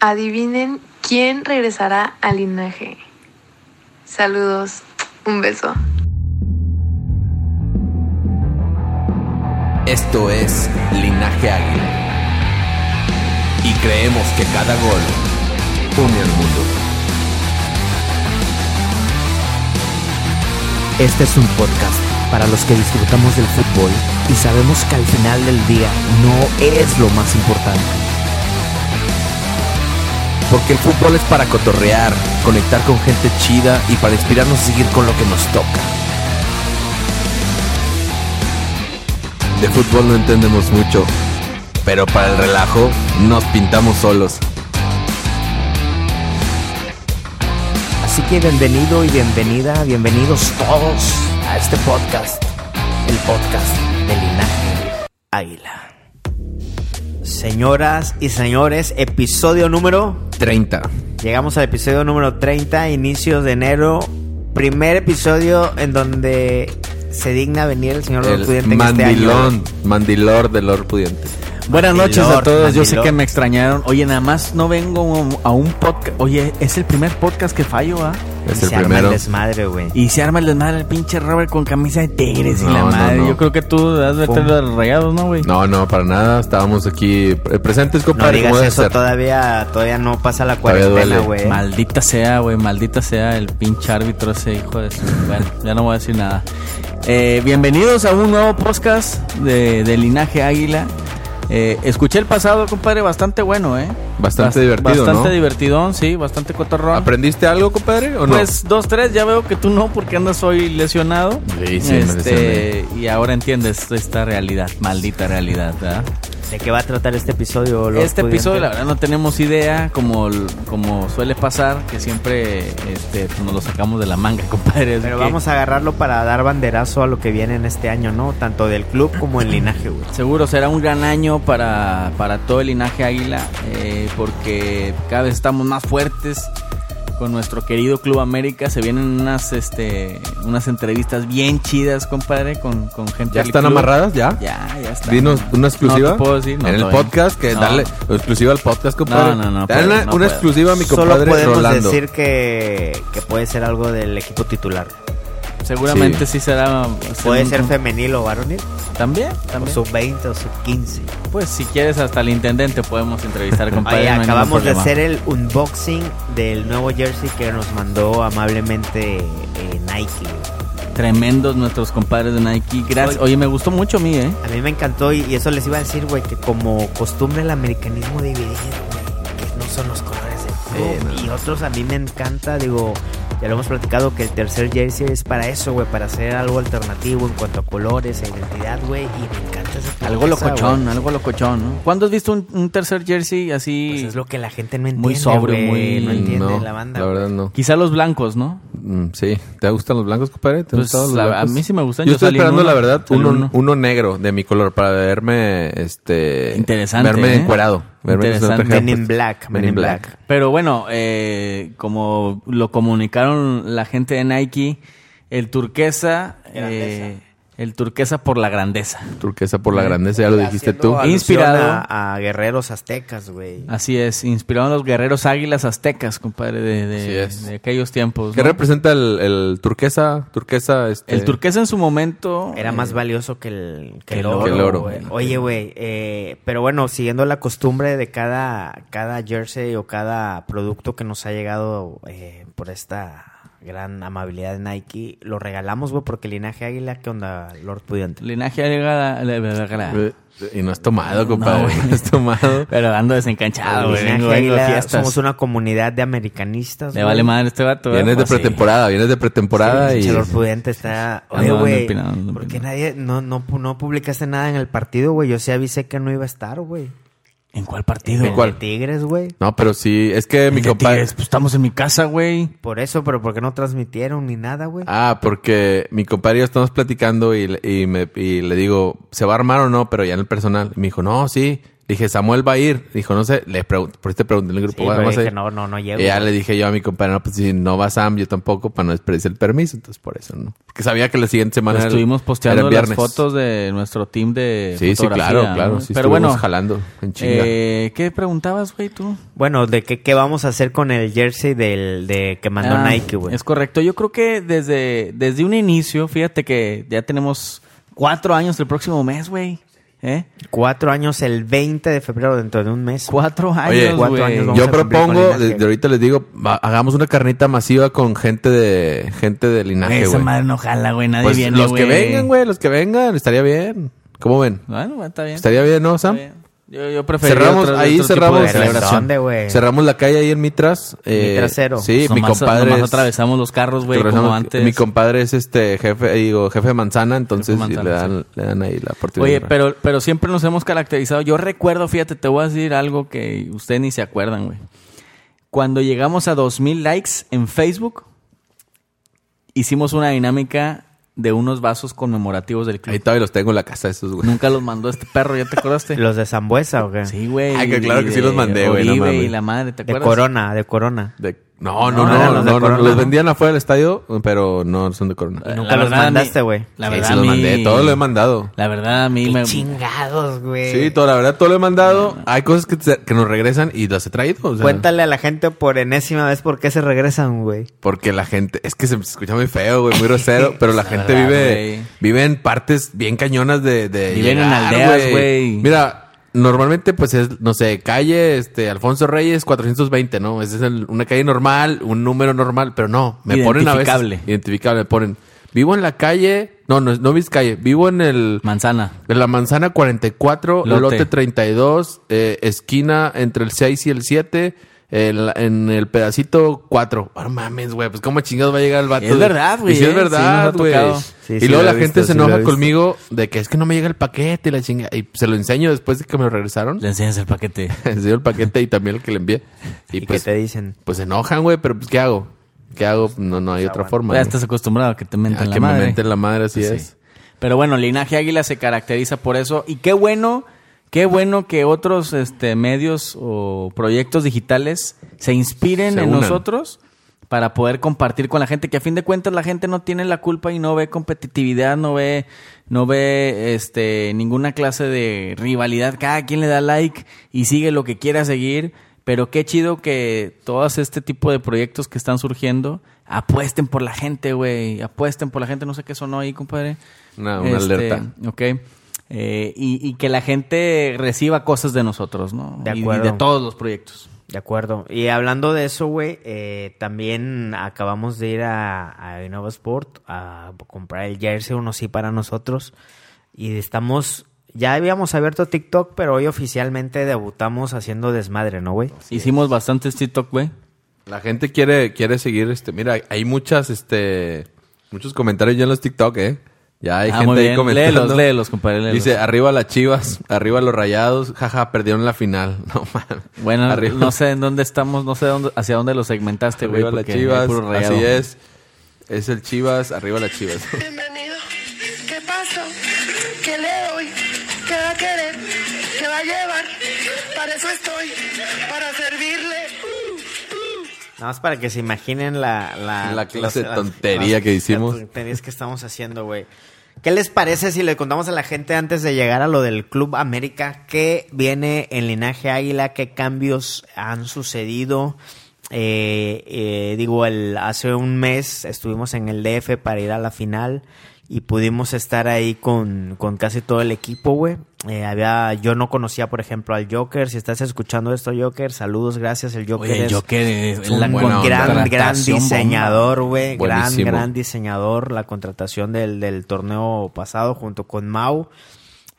Adivinen quién regresará al linaje. Saludos, un beso. Esto es Linaje Águila. Y creemos que cada gol une al mundo. Este es un podcast para los que disfrutamos del fútbol y sabemos que al final del día no es lo más importante. Porque el fútbol es para cotorrear, conectar con gente chida y para inspirarnos a seguir con lo que nos toca. De fútbol no entendemos mucho, pero para el relajo nos pintamos solos. Así que bienvenido y bienvenida, bienvenidos todos a este podcast, el podcast de Linaje Águila. Señoras y señores, episodio número. 30. Llegamos al episodio número 30, inicios de enero. Primer episodio en donde se digna venir el señor Lord Pudiente El en este año. mandilón, mandilor del Lord Pudiente. Buenas Mandilor, noches a todos, yo sé mandilor. que me extrañaron. Oye, nada más no vengo a un podcast. Oye, es el primer podcast que fallo, ¿ah? Y Es se el arma primero. el desmadre, güey. Y se arma el desmadre el pinche Robert con camisa de tigres No, y la no, madre. no. Yo creo que tú has de Fum. los regados, ¿no, güey? No, no, para nada. Estábamos aquí eh, presentes, No compadre. digas ¿cómo debe eso, ser? todavía, todavía no pasa la Todavía cuarentena, duele. güey. Maldita sea, güey, maldita sea el pinche árbitro ese hijo de su... Bueno, ya no voy a decir nada. Eh, bienvenidos a un nuevo podcast de, de Linaje Águila. Eh, escuché el pasado, compadre, bastante bueno, ¿eh? Bastante Bas- divertido, Bastante ¿no? divertidón, sí, bastante cotorrón. ¿Aprendiste algo, compadre? ¿O no? Pues dos, tres, ya veo que tú no, porque andas hoy lesionado. Sí, sí, me este, Y ahora entiendes esta realidad, maldita realidad, ¿verdad? ¿De qué va a tratar este episodio, Lord este Pudiente? episodio, la verdad, no tenemos idea, como, l- como suele pasar, que siempre este, nos lo sacamos de la manga, compadre. Pero vamos a agarrarlo para dar banderazo a lo que viene en este año, ¿no? Tanto del club como el linaje, güey. Seguro será un gran año para, para todo el linaje águila, eh, porque cada vez estamos más fuertes con nuestro querido Club América. Se vienen unas, este, unas entrevistas bien chidas, compadre, con, con gente ¿Ya del están club. amarradas? ¿Ya? Ya, ya está. Dinos una exclusiva. No te puedo decir, no, en el todavía no. podcast, que No. darle exclusiva al podcast, compadre. No, no, Dale no, puedo, una, no una puedo. exclusiva a mi Solo compadre podemos Rolando. decir que, que puede ser algo del equipo titular. Seguramente sí, Sí. será. Puede un- ser femenil o varonil, También, o también. sub 20 o sub 15. Pues si quieres, hasta el intendente podemos entrevistar, compadre. Oye, no hay ningún acabamos de problema. hacer el unboxing del nuevo jersey que nos mandó amablemente eh, Nike. Tremendos nuestros compadres de Nike. Gracias. Oye, me gustó mucho a mí, ¿eh? A mí me encantó y, y eso les iba a decir, güey, que como costumbre el americanismo dividido, güey, que no son los colores del club y otros a mí me encanta, digo, ya lo hemos platicado que el tercer jersey es para eso, güey, para hacer algo alternativo en cuanto a colores, a identidad, güey, y me encanta ese Algo locochón, algo locochón, ¿no? ¿Cuándo has visto un, un tercer jersey así? Pues es lo que la gente no entiende, Muy sobrio, güey, muy- no entiende Mm, no, la banda. La güey. verdad, no. Quizá los blancos, ¿no? Mm, sí. ¿Te gustan los blancos, compadre? ¿Te han Pues, gustado los la- a blancos? mí sí me gustan. Yo, Yo estoy salí en esperando, uno, la verdad, salí en uno, uno. uno negro de mi color para verme, este... Interesante, Verme ¿eh? encuerado. Verme que se lo Interesante. trajeran Men in puesto. Black, Men in Black. Pero bueno, eh, como lo comunicaron la gente de Nike, el turquesa, eh, el turquesa por la grandeza. Turquesa por la grandeza, ya lo dijiste tú. algo. Inspirado. Inspirado a, a guerreros aztecas, güey. Así es, inspirado en los guerreros águilas aztecas, compadre, de, de- Así es. de aquellos tiempos. ¿Qué Pues, ¿no? representa el, el turquesa? Turquesa, este... El turquesa en su momento Era más eh, valioso que el, que el oro, que el oro. güey. Oye, güey, eh, pero bueno, siguiendo la costumbre de cada, cada jersey o cada producto que nos ha llegado eh, por esta gran amabilidad de Nike. Lo regalamos, güey, porque el linaje águila, ¿qué onda, Lord Pudiente? Linaje águila. le- le- le- le- Eh. Y no has tomado, compadre. No, has tomado. Pero ando desencanchado, güey. Linaje Vengo, vengo de águila, fiestas. somos una comunidad de americanistas. Le güey. vale madre este vato. ¿eh? Vienes de Pues sí. pretemporada, vienes de pretemporada Sí, y. pinche Lord Prudente está. Oye, Ando- ando güey. empinado, ando ¿Por qué empinado. nadie. No, no, pu- no publicaste nada en el partido, güey? Yo sí avisé que no iba a estar, güey. ¿En cuál partido? En el cuál? de Tigres, güey. No, pero sí, es que mi Mi compadre. Pues estamos en mi casa, güey. Por eso, pero ¿por qué no transmitieron ni nada, güey? Ah, porque mi compadre y yo estamos platicando y, le- y me, y le digo, ¿se va a armar o no? Pero ya en el personal. Y me dijo, no, sí. Le dije, Samuel va a ir. Dijo, no sé. Le pregunté, por este pregunté en el Sí, grupo. pero "¿Vas a ir?". dije, no, no, no llego. Y ya le dije yo a mi compadre, no, pues si no va Sam, yo tampoco, para no desperdiciar el permiso. Entonces, por eso, ¿no? Porque sabía que la siguiente semana era- estuvimos era posteando las viernes. fotos de nuestro team de Sí, sí, fotografía, claro, ¿no? claro. Sí, Pero estuvimos bueno, jalando en chinga. eh, ¿qué preguntabas, güey, tú? Bueno, ¿de qué, qué vamos a hacer con el jersey del, de que mandó Ah, Nike, güey? Es correcto. Yo creo que desde, desde un inicio, fíjate que ya tenemos cuatro años el próximo mes, güey. ¿Eh? Cuatro años el 20 de febrero, dentro de un mes. Cuatro años, Oye, cuatro güey. años, vamos Yo a cumplir con propongo, linaje. de, de ahorita les digo, va- hagamos una carnita masiva con gente de gente de linaje, Esa güey. madre no jala, güey. Nadie Pues viene, los que vengan, güey, los que vengan, estaría bien. ¿Cómo ven? Bueno, está bien. Estaría bien, ¿no, Está Sam? bien. Yo, yo preferiría Cerramos, otro- ahí otro tipo cerramos. de Pero ¿en celebración. dónde, güey? Cerramos la calle ahí en Mitras. eh, Mitras cero. Sí, Nomás- mi compadre. nomás es- atravesamos los carros, güey, regresamos- como antes. Mi compadre es este jefe, eh, digo, jefe de manzana, entonces Jefe de le, manzana, dan, le dan ahí la oportunidad. Oye, pero, pero siempre nos hemos caracterizado. Yo recuerdo, fíjate, te voy a decir algo que ustedes ni se acuerdan, güey. Cuando llegamos a 2000 likes en Facebook, hicimos una dinámica de unos vasos conmemorativos del club. Ahí todavía los tengo en la casa esos, güey. Nunca los mandó este perro, ¿ya te acordaste? ¿Los de Zambuesa o qué? Sí, güey. Ay, Ah, que y claro que sí de los mandé, güey, no Oribe mames. y la madre, ¿te de acuerdas? Corona, de Corona. De- No, no, No, no, eran no, no, los de no, Corona, los ¿no? vendían afuera del estadio, pero no son de corona. Ah, La Nunca los verdad, a mí- mandaste, güey. La Sí, verdad, sí a los mí- mandé, todo lo he mandado. La verdad, a mí me... Chingados, güey. Sí, todo, la verdad, todo lo he mandado. Hay cosas que, te- que nos regresan y las he traído. o sea, Cuéntale a la gente por enésima vez por qué se regresan, güey. Porque la gente, es que se escucha muy feo, güey, muy grosero, pero la gente verdad, vive, Ah, güey. vive en partes bien cañonas de, de Viven en aldeas, güey. Mira, normalmente pues es, no sé, calle, este, Alfonso Reyes 420, ¿no? Esa es el- una calle normal, un número normal, pero no, me ponen a Identificable. veces. Identificable. Me ponen, vivo en la calle, no, no, es- no vis calle, vivo en el... Manzana. En la manzana 44, Lote. lote, 32, eh, esquina entre el 6 y el 7, en, la- en el pedacito 4. No mames, güey, pues cómo chingados va a llegar el vato. Es verdad, güey, Y sí eh, es sí verdad, nos ha güey. tocado. Sí, y sí luego lo la he gente visto, se sí lo he enoja visto. conmigo de que es que no me llega el paquete y la chinga. Y se lo enseño después de que me lo regresaron. Le enseñas el paquete. Le enseño el paquete y también el que le envié. Y, ¿Y pues, qué te dicen? pues se enojan, güey, pero pues ¿qué hago? ¿Qué hago? No, no hay otra forma. Ya ¿no? estás acostumbrado a que te menten A la que madre. me menten la madre, así Sí. es. Pero bueno, Linaje Águila se caracteriza por eso. Y qué bueno, qué bueno que otros este, medios o proyectos digitales se inspiren Se en unan. nosotros para poder compartir con la gente, que a fin de cuentas la gente no tiene la culpa y no ve competitividad, no ve, no ve este ninguna clase de rivalidad. Cada quien le da like y sigue lo que quiera seguir. Pero qué chido que todos este tipo de proyectos que están surgiendo apuesten por la gente, güey. Apuesten por la gente. No sé qué sonó ahí, compadre. Este, Una- una alerta. Ok. Eh, y, y que la gente reciba cosas de nosotros, ¿no? De Y- acuerdo. Y, de todos los proyectos. De acuerdo. Y hablando de eso, güey, eh, también acabamos de ir a, a Innova Sport a comprar el jersey, uno sí para nosotros. Y estamos, ya habíamos abierto TikTok, pero hoy oficialmente debutamos haciendo desmadre, ¿no, güey? Hicimos bastantes TikTok, güey. La gente quiere, quiere seguir, este, mira, hay muchas, este, muchos comentarios ya en los TikTok, eh. Ya hay Ah, muy gente ahí bien. comentando. Léelos, léelos, compadre, léelos. Dice, arriba las chivas, arriba los rayados, jaja, perdieron la final. No mames. Bueno, Arriba- no sé en dónde estamos, no sé dónde, hacia dónde lo segmentaste, güey. arriba las porque hay chivas, puro rayado. así es. Es el chivas, arriba las chivas. Bienvenido. ¿Qué pasó? ¿Qué le doy? ¿Qué va a querer? ¿Qué va a llevar? Para eso estoy, para servirle. Nada más para que se imaginen la, la, La clase de las- tontería que hicimos. Las tonterías que estamos haciendo, güey. ¿Qué les parece si le contamos a la gente antes de llegar a lo del Club América qué viene en Linaje Águila? ¿Qué cambios han sucedido? Eh, eh, digo, el, hace un mes estuvimos en el DF para ir a la final. y pudimos estar ahí con, con casi todo el equipo, güey. Eh, había, yo no conocía, por ejemplo, al Joker. Si estás escuchando esto, Joker, saludos, gracias. El Joker Oye, es el Joker es, es la un buena gran, gran contratación, bomba. diseñador, güey. Gran, Buenísimo. gran diseñador. La contratación del, del torneo pasado junto con Mau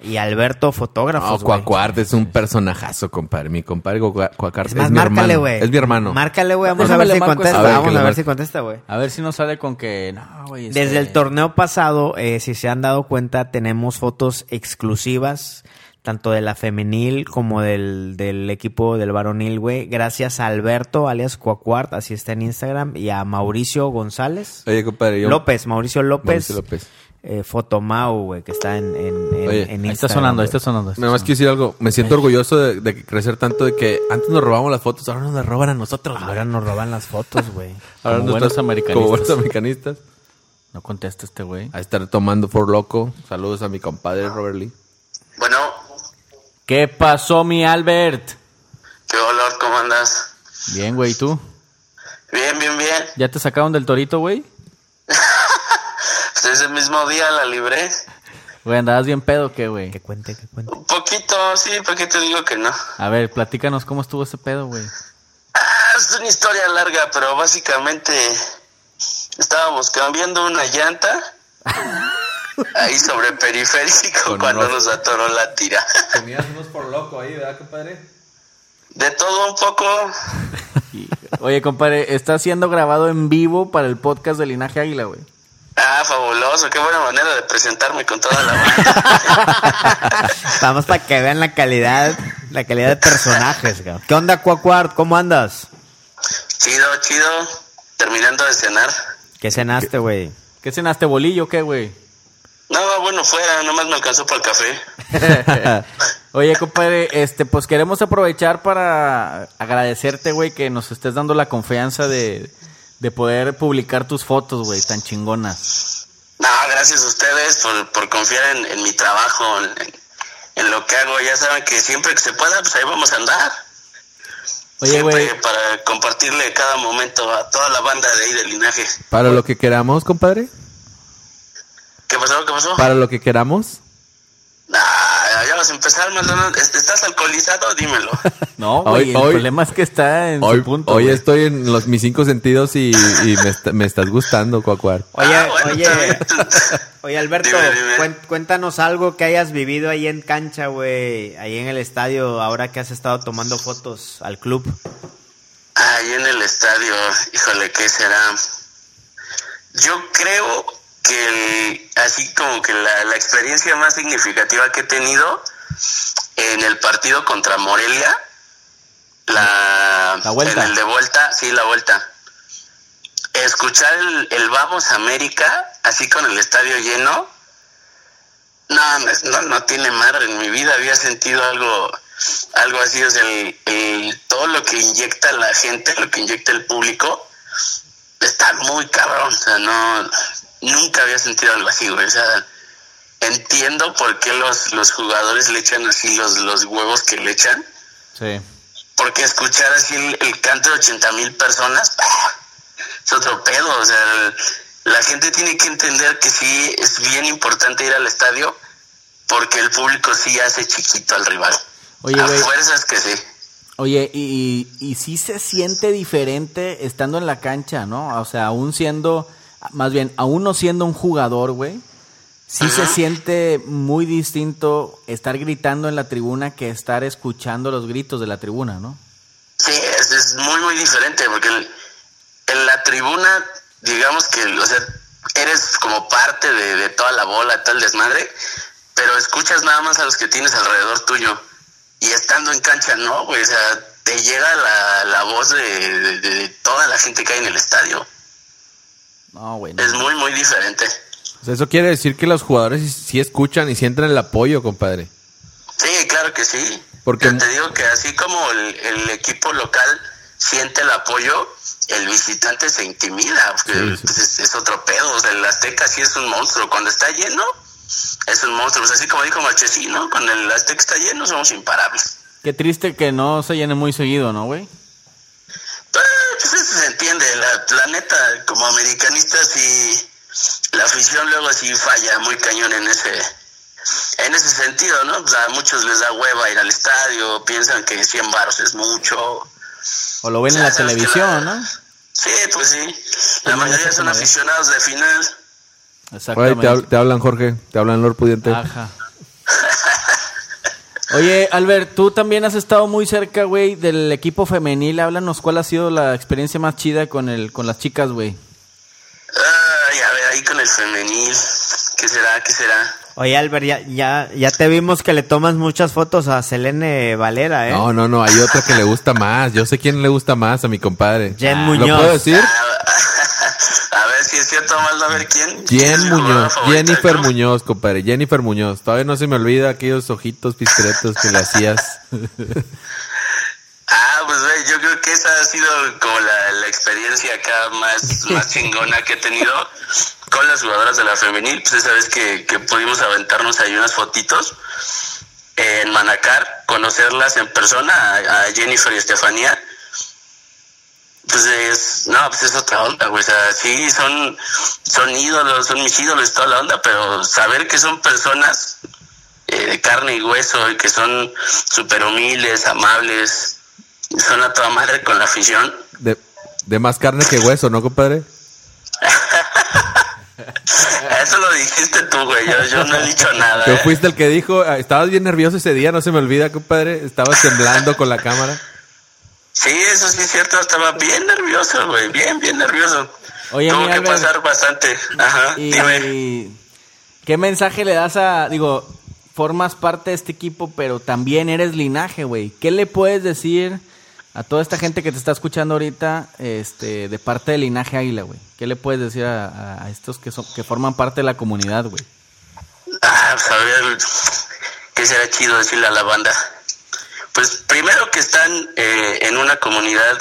y Alberto, No, fotógrafos, güey. Cuacuarte es un personajazo, compadre. Mi compadre Cua- Cuacuarte Es es, más, mi márcale, hermano. güey. Es mi hermano. Márcale, güey. Vamos a Déjame ver le si marco este. esta- contesta. A ver, que le Vamos a ver marque. si contesta, güey. A ver si nos sale con que. No, güey. este- Desde el torneo pasado, eh, si se han dado cuenta, tenemos fotos exclusivas, tanto de la femenil como del, del equipo del varonil, güey. Gracias a Alberto, alias Cuacuart, así está en Instagram, y a Mauricio González. Oye, compadre, yo. López, Mauricio López. Mauricio López. eh, Fotomau, güey, que está en, en, Oye, en- en ahí Ahí Instagram. está sonando, ahí está güey. sonando. ahí está Nada más sonando. quiero decir algo. Me siento orgulloso de, de crecer tanto de que antes nos robábamos las fotos, ahora nos las roban a nosotros. güey. Ahora nos roban las fotos, güey. Ahora Ah, Como nos buenos están- americanistas. Como buenos americanistas. No contesta este güey. A estar tomando por loco. Saludos a mi compadre Robert Lee. Bueno, ¿Qué pasó, mi Albert? qué olor, ¿cómo andas? Bien, güey, ¿y ¿tú? Bien, bien, bien. ¿Ya te sacaron del torito, güey? Pues ese mismo día la libré. Güey, andabas bien pedo, o ¿qué, güey? Que cuente, que cuente. Un poquito, sí, ¿por qué te digo que no? A ver, platícanos cómo estuvo ese pedo, güey. Ah, es una historia larga, pero básicamente estábamos cambiando una llanta ahí sobre periférico Con cuando unos- nos atoró la tira. Tenías unos por loco ahí, ¿verdad, compadre? De todo un poco, Y- Oye, compadre, está siendo grabado en vivo para el podcast de Linaje Águila, güey. ah, fabuloso, qué buena manera de presentarme con toda la banda. Vamos para que vean la calidad, la calidad de personajes, güey. ¿Qué onda, Cuacuart? ¿Cómo andas? Chido, chido, terminando de cenar. ¿Qué cenaste, güey? ¿Qué cenaste, bolillo, o qué, güey? No, bueno, fuera, nomás me alcanzó para el café. Oye, compadre, este, pues queremos aprovechar para agradecerte, güey, que nos estés dando la confianza de, de poder publicar tus fotos, güey, tan chingonas. No, gracias a ustedes por, por confiar en, en mi trabajo, en, en lo que hago. Ya saben que siempre que se pueda, pues ahí vamos a andar. Oye, siempre güey, para compartirle cada momento a toda la banda de ahí del linaje. Para lo que queramos, compadre. ¿Qué pasó? ¿Qué pasó? Para lo que queramos. Ah, ya vas a empezar, Maldonado. ¿Est- este, ¿Estás alcoholizado? Dímelo. no, güey, hoy- el hoy- problema es que está en Hoy, su punto. hoy güey. estoy en los, mis cinco sentidos y, y me, está- me estás gustando, Cuacuar. Oye, Ah, bueno, oye, está bien. oye, Alberto, Dime, dime. cuen- cuéntanos algo que hayas vivido ahí en cancha, güey, ahí en el estadio, ahora que has estado tomando fotos al club. Ahí en el estadio, híjole, ¿qué será? Yo creo que el- así como que la, la experiencia más significativa que he tenido en el partido contra Morelia, la, La vuelta. en el de vuelta, sí, la vuelta. Escuchar el, el Vamos América, así con el estadio lleno, no, no, no tiene madre. En mi vida había sentido algo, algo así. O sea, el, el- todo lo que inyecta la gente, lo que inyecta el público, está muy cabrón. O sea, no, nunca había sentido algo así, güey. O sea, entiendo por qué los, los jugadores le echan así los, los huevos que le echan. Sí. Porque escuchar así el, el canto de 80 mil personas ¡ah! es otro pedo. O sea, el- la gente tiene que entender que sí es bien importante ir al estadio porque el público sí hace chiquito al rival. Oye, a güey. fuerzas que sí. Oye, y, y, y sí se siente diferente estando en la cancha, ¿no? O sea, aún siendo, más bien, aún no siendo un jugador, güey, sí se siente muy distinto estar gritando en la tribuna que estar escuchando los gritos de la tribuna, ¿no? Sí, es, es muy, muy diferente, porque el- en la tribuna, digamos que, o sea, eres como parte de, de toda la bola, todo el desmadre, pero escuchas nada más a los que tienes alrededor tuyo. Y estando en cancha, no, güey, o sea, te llega la, la voz de, de- de toda la gente que hay en el estadio. No, güey. no. Es muy, muy diferente. O sea, eso quiere decir que los jugadores sí, sí escuchan y sienten el apoyo, compadre. Sí, claro que sí. Porque- Yo te digo que así como el, el equipo local siente el apoyo, el visitante se intimida. porque Sí, sí. pues, Es, es otro pedo. O sea, el Azteca sí es un monstruo. Cuando está lleno, es un monstruo. Pues así como dijo Marchesí, ¿no? Cuando el Azteca está lleno, somos imparables. Qué triste que no se llene muy seguido, ¿no, güey? Eh, Pues eso se entiende. La, la neta, como americanista, sí. la afición luego sí falla muy cañón en ese en ese sentido, ¿no? Pues a muchos les da hueva ir al estadio, piensan que 100 baros es mucho. O lo ven en O sea, la sabes que televisión, la- ¿no? Sí, pues sí. La También mayoría esa son como es. aficionados de final. Oye, Exactamente. Ah, te, hab- te hablan, Jorge. Te hablan, Lord Pudiente. Ajá. Este. Oye, Albert, tú también has estado muy cerca, güey, del equipo femenil. Háblanos cuál ha sido la experiencia más chida con el con las chicas, güey. Ay, a ver, ahí con el femenil. ¿Qué será? ¿Qué será? Oye, Albert, ya, ya, ya te vimos que le tomas muchas fotos a Selene Valera, ¿eh? No, no, no. Hay otra que le gusta más. Yo sé quién le gusta más a mi compadre. Jen ¿Lo Muñoz. puedo decir? A ver si es cierto, Maldo, a ver quién. ¿Quién es Jen mi Muñoz. jugadora favorita del Jennifer club? Muñoz, compadre. Jennifer Muñoz. Todavía no se me olvida aquellos ojitos piscretos que le hacías. Ah, pues güey, yo creo que esa ha sido como la, la experiencia acá más, más chingona que he tenido con las jugadoras de la femenil. Pues esa vez que, que pudimos aventarnos ahí unas fotitos en Manacar, conocerlas en persona, a, a Jennifer y Estefanía. Pues es, no, pues es otra onda, güey. O sea, sí, son, son ídolos, son mis ídolos, toda la onda, pero saber que son personas eh, de carne y hueso y que son súper humildes, amables, son a toda madre con la afición. De, de más carne que hueso, ¿no, compadre? Eso lo dijiste tú, güey. Yo, yo no he dicho nada. Yo ¿eh? fuiste el que dijo, ah, estabas bien nervioso ese día, no se me olvida, compadre. Estabas temblando con la cámara. Sí, eso sí es cierto. Estaba bien nervioso, güey. Bien, bien nervioso. Oye, Tuvo mira, que Albert. pasar bastante. Ajá, Ah, dime. Y ¿qué mensaje le das a digo, formas parte de este equipo, pero también eres linaje, güey? ¿Qué le puedes decir a toda esta gente que te está escuchando ahorita este de parte del linaje Águila, güey? ¿Qué le puedes decir a, a- a estos que son que forman parte de la comunidad, güey? Ah, pues a ver, ¿qué será chido decirle a la banda? Pues primero que están eh, en una comunidad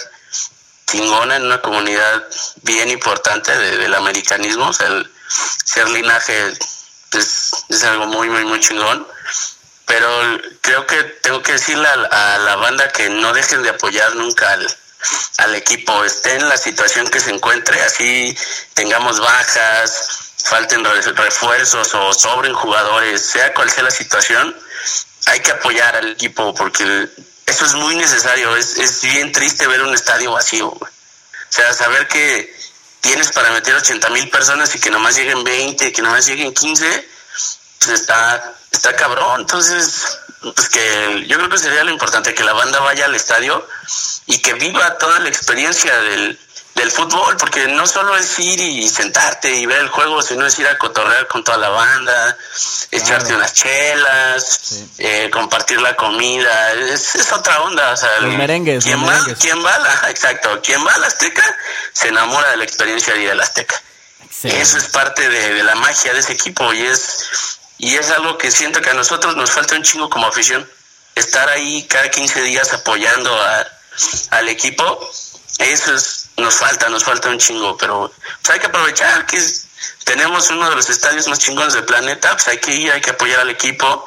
chingona, en una comunidad bien importante de- del americanismo. O sea, el ser linaje pues, es algo muy, muy, muy chingón. Pero creo que tengo que decirle a, la- a la banda que no dejen de apoyar nunca al, al equipo, esté en la situación que se encuentre, así tengamos bajas, falten re- refuerzos o sobren jugadores, sea cual sea la situación, hay que apoyar al equipo porque eso es muy necesario, es, es bien triste ver un estadio vacío. güey. O sea, saber que tienes para meter 80 mil personas y que nomás lleguen 20, que nomás lleguen 15, pues está, está cabrón. Entonces, pues que yo creo que sería lo importante, que la banda vaya al estadio y que viva toda la experiencia del, del fútbol, porque no solo es ir y sentarte y ver el juego, sino es ir a cotorrear con toda la banda, echarte unas chelas, eh, compartir la comida, es, es otra onda. O sea, Los el- merengues, ¿quién los va, merengues. ¿Quién va? a la- exacto, ¿quién va al Azteca? Se enamora de la experiencia de ir al Azteca. Eso es parte de, de la magia de ese equipo y es y es algo que siento que a nosotros nos falta un chingo como afición. Estar ahí cada 15 días apoyando a- al equipo, eso es, nos falta, nos falta un chingo, pero pues hay que aprovechar que es- tenemos uno de los estadios más chingones del planeta, pues hay que ir, hay que apoyar al equipo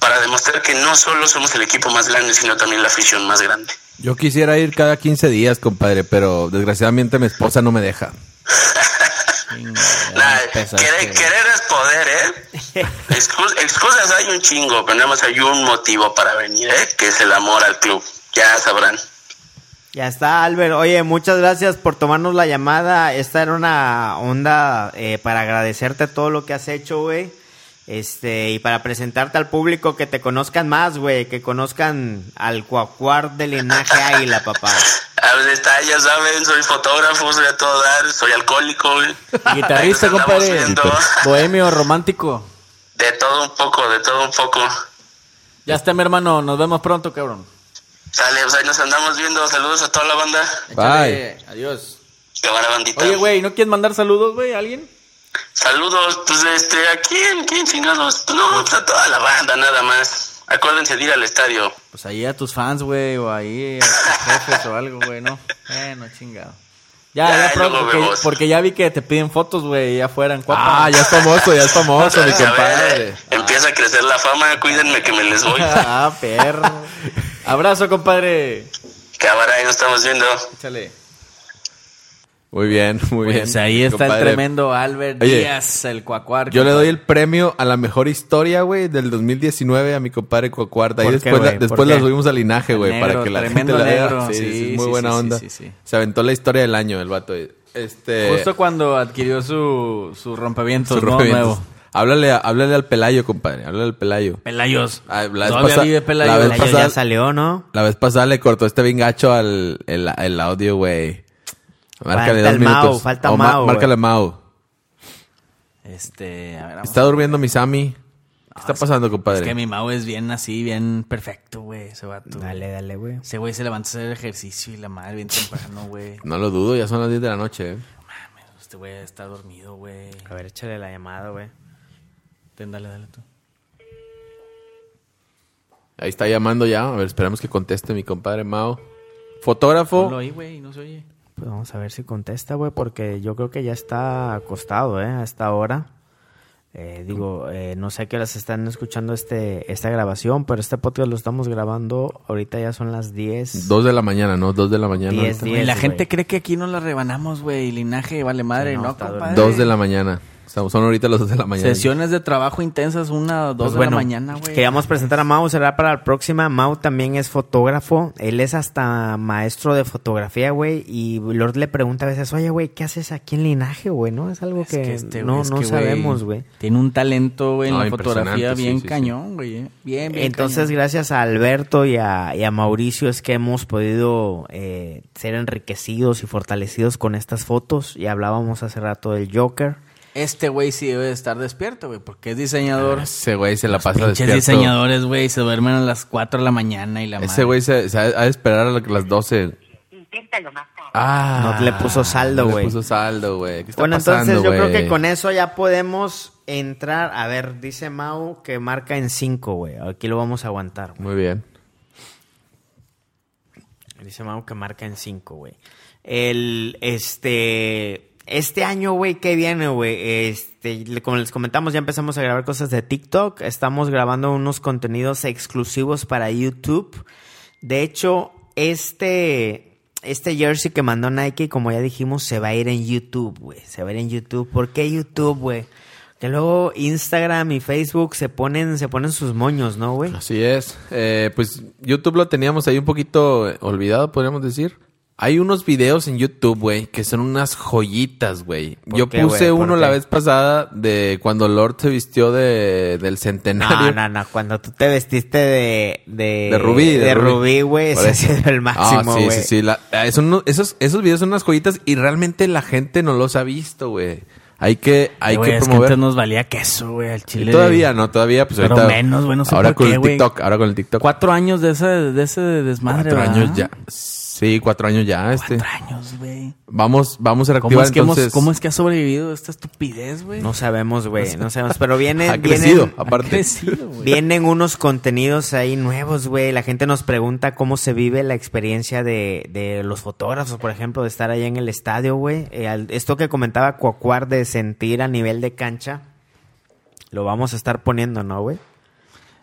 para demostrar que no solo somos el equipo más grande, sino también la afición más grande. Yo quisiera ir cada 15 días, compadre, pero desgraciadamente mi esposa no me deja. Nah, pesar querer, que- querer es poder, ¿eh? Excus- excusas hay un chingo, pero nada más hay un motivo para venir, ¿eh? Que es el amor al club. Ya sabrán. Ya está, Albert. Oye, muchas gracias por tomarnos la llamada. Esta era una onda eh, para agradecerte todo lo que has hecho, güey. Este, y para presentarte al público que te conozcan más, güey. Que conozcan al cuacuar del linaje águila, papá. A ver, está, ya saben, soy fotógrafo, soy a todo dar, soy alcohólico, güey. Y Guitarrista, Ahí nos andamos compadre. viendo. Bohemio, romántico. De todo un poco, de todo un poco. Ya está, mi hermano. Nos vemos pronto, cabrón. Sale, pues ahí nos andamos viendo. Saludos a toda la banda. Bye. Échale, Adiós. Que van a bandita. Oye, güey, ¿no quieres mandar saludos, güey, a alguien? Saludos, pues este, ¿a quién? ¿Quién chingados? Pues, no, pues a toda la banda, nada más. Acuérdense de ir al estadio. Pues ahí a tus fans, güey, o ahí a tus jefes o algo, güey, ¿no? Bueno, chingado. Ya, Ya, ya, ahí pronto, luego porque, vemos. porque ya vi que te piden fotos, güey, ya afuera en Cuapa. Ah, ya es famoso, ya es famoso, mi A ver, compadre. eh, Empieza a crecer la fama, cuídenme que me les voy. Ah, perro. Abrazo, compadre. Cámara, ahí nos estamos viendo. Échale. Muy bien, muy bien. Pues ahí está el compadre. tremendo Albert Oye, Díaz, el cuacuar. Yo le compadre. doy el premio a la mejor historia, güey, del 2019 a mi compadre Cocuarta. Y ¿Por qué, después, la, güey? después ¿Por la qué? subimos al linaje, güey, Negro, para que la gente tremendo la vea. negro. Sí, sí, Sí, muy sí, buena sí, onda. sí, sí. Se aventó la historia del año, el vato. Este, Justo cuando adquirió su, su rompevientos, su ¿no? rompevientos. nuevo. Háblale, a- háblale al Pelayo, compadre. Háblale al Pelayo. Pelayos. Ah, la vez Todavía pasa- vive Pelayos. la vez Ya- pasada- ya salió, ¿no? La vez pasada le cortó este vingacho al el, el audio, güey. Márcale Falta dos el Mau, minutos. falta O ma- Mau, güey. Márcale a Mau. Este, a ver, vamos. Está durmiendo mi Sammy. ¿Qué está pasando, compadre? Es que mi Mau es bien así, bien perfecto, güey, ese vato. Dale, Eh, dale, güey. Ese güey se levanta a hacer ejercicio y la madre bien temprano, güey. No lo dudo, ya son las 10 de la noche. eh. Este güey está dormido, güey. A ver, échale la llamada, güey. Ten, dale, dale tú. Ahí está llamando ya. A ver, esperamos que conteste mi compadre Mau. Fotógrafo. Ponlo ahí, güey, no se oye. Pues vamos a ver si contesta, güey, porque yo creo que ya está acostado, ¿eh? A esta hora. Eh, digo, eh, no sé a qué horas están escuchando este, esta grabación, pero este podcast lo estamos grabando. Ahorita ya son las 10. 2 de la mañana, ¿no? 2 de la mañana. Diez, ahorita. diez. Güey, la güey. gente cree que aquí no la rebanamos, güey. Linaje, vale madre, Sí, no, ¿no, está compadre? Dos de la mañana. O sea, son ahorita las 2 de la mañana. Sesiones de trabajo intensas, una o dos Pues de bueno, la mañana, güey. Queríamos presentar a Mau, será para la próxima. Mau también es fotógrafo, él es hasta maestro de fotografía, güey. Y Lord le pregunta a veces, oye, güey, ¿qué haces aquí en Linaje, güey? ¿No? Es algo Es que, que este, güey, no, es no que, güey, sabemos, güey. Tiene un talento, güey, en No, la fotografía impresionante, sí, bien sí, sí. cañón, güey. eh. Bien, bien Entonces, cañón. gracias a Alberto y a, y a Mauricio es que hemos podido eh, ser enriquecidos y fortalecidos con estas fotos. Y hablábamos hace rato del Joker. Este güey sí debe de estar despierto, güey, porque es diseñador. Ese güey se la pasa Pinches despierto. diseñadores, güey, se duermen a las 4 de la mañana y la madre. Ese güey se, se ha, ha de esperar a la- las 12. Ah. No le puso saldo, no güey. Le puso saldo, güey. ¿Qué está Bueno, pasando, entonces yo creo güey? que con eso ya podemos entrar. A ver, dice Mau que marca en 5, güey. Aquí lo vamos a aguantar. güey. Muy bien. Dice Mau que marca en 5, güey. El, este, este año, güey, ¿qué viene, güey? Este, le- como les comentamos, ya empezamos a grabar cosas de TikTok. Estamos grabando unos contenidos exclusivos para YouTube. De hecho, este, este jersey que mandó Nike, como ya dijimos, se va a ir en YouTube, güey. Se va a ir en YouTube. ¿Por qué YouTube, güey? Que luego Instagram y Facebook se ponen, se ponen sus moños, ¿no, güey? Así es. Eh, pues YouTube lo teníamos ahí un poquito eh, olvidado, podríamos decir. Hay unos videos en YouTube, güey, que son unas joyitas, güey. ¿Por Yo qué, puse güey? ¿Por uno la qué? vez pasada de cuando Lord se vistió de, del No, centenario. no, no. Cuando tú te vestiste de... De, De Rubí. De, Rubí, güey. Por Ese ha eso. sido el máximo, Ah, güey. sí, sí, sí. La- eh, son unos- esos, esos videos son unas joyitas y realmente la gente no los ha visto, güey. Hay que, hay Güey, que es promover. antes nos valía queso, güey, al Y chile. Todavía no, todavía, pues Pero ahorita. menos, güey, no sé Ahora por con qué, el güey. TikTok, ahora con el TikTok. Cuatro años de ese, de ese desmadre, Cuatro ¿verdad? años ya. Sí, cuatro años ya. Este. Cuatro años, güey. Vamos, vamos a ¿Cómo, reactivar es que hemos- entonces. ¿Cómo es que ha sobrevivido esta estupidez, güey? No sabemos, güey. No sabemos. Pero vienen... Ha vienen- crecido, aparte. Ha crecido, güey. Vienen unos contenidos ahí nuevos, güey. La gente nos pregunta cómo se vive la experiencia de, de los fotógrafos, por ejemplo, de estar allá en el estadio, güey. Eh, al- esto que comentaba Cuacuar de sentir a nivel de cancha, lo vamos a estar poniendo, ¿no, güey?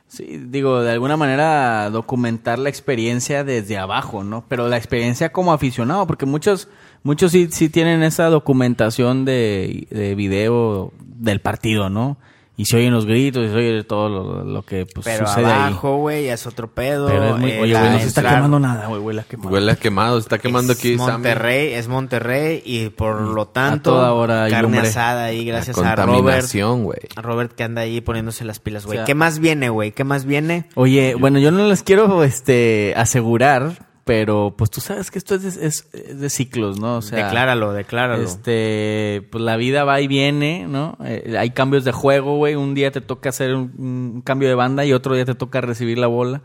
Sí, digo, de alguna manera documentar la experiencia desde abajo, ¿no? Pero la experiencia como aficionado, porque muchos, muchos sí, sí tienen esa documentación de, de video del partido, ¿no? Y se oyen los gritos, y se oye todo lo, lo que pues, Pero sucede ahí. abajo, güey, es otro pedo. Pero es muy, eh, oye, la- güey, no se está entrar- quemando nada, güey, huele a quemado. Huele a quemado, se está quemando es aquí Sammy. Monterrey, es Monterrey y por lo tanto toda hora hay carne lumbre. asada ahí La gracias a Robert, contaminación, güey. a Robert que anda ahí poniéndose las pilas, güey. O sea- ¿Qué más viene, güey? ¿Qué más viene? Oye, bueno, yo no les quiero este asegurar, pero pues tú sabes que esto es de, es- es de ciclos, ¿no? O sea, decláralo, decláralo. Este, pues la vida va y viene, ¿no? Eh, hay cambios de juego, güey. Un día te toca hacer un, un cambio de banda y otro día te toca recibir la bola.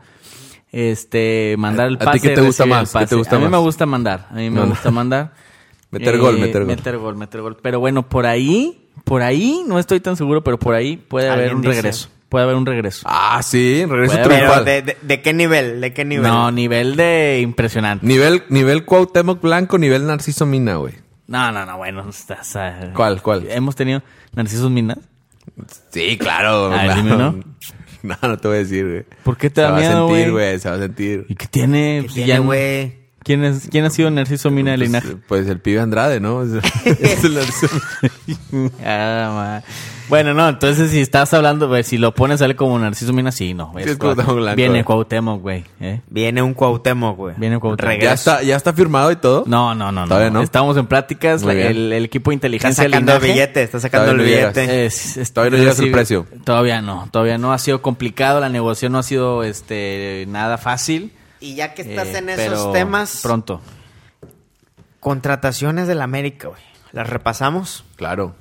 Este, mandar el ¿A ti pase. qué te gusta recibir el más? ¿Qué te pase. gusta a mí más? me gusta mandar. A mí me No, no. gusta mandar. Eh, Meter gol, meter gol. Meter gol, meter gol. Pero bueno, por ahí, por ahí, no estoy tan seguro, pero por ahí puede haber Alguien un dice. regreso. Puede haber un regreso. Ah, sí, regreso Pero triunfal. Pero de, de- de qué nivel? ¿De qué nivel? No, nivel de impresionante. Nivel, nivel Cuauhtémoc Blanco, nivel Narciso Mina, güey. No, no, no, bueno, estás. ah, ¿Cuál, cuál? Hemos tenido Narcisos Minas. Sí, claro. Ah, claro. dime, ¿no? no, no te voy a decir, güey. ¿Por qué te Se da va a miedo, sentir, güey? güey, se va a sentir. ¿Y qué tiene? ¿Qué Pues, tiene, ya- güey? ¿Quién, es, ¿Quién ha sido Narciso Mina de Pues, Linaje? Pues el pibe Andrade, ¿no? Es, es el Narciso. eh, Ah, ma. bueno, no, entonces si estás hablando, güey, si lo pones a él como Narciso Mina, sí, no. Sí, es Cuauhtémoc Blanco, Viene güey. Cuauhtémoc, güey. ¿eh? Viene un Cuauhtémoc, güey. Viene un Cuauhtémoc. ¿Ya Regreso. está, ¿Ya está firmado y todo? No, no, no, no. Todavía no. Estamos en pláticas, Muy la- bien. el, el equipo de Está inteligencia sacando el Linaje- billete, está sacando el Todavía no llegas. billete. Eh, Es- es- Todavía no llegas al recibe- precio. Todavía no, todavía no ha sido complicado, la negociación no ha sido este nada fácil. Y ya que estás eh, en pero esos temas, Pronto. contrataciones del América, güey. Las repasamos. Claro.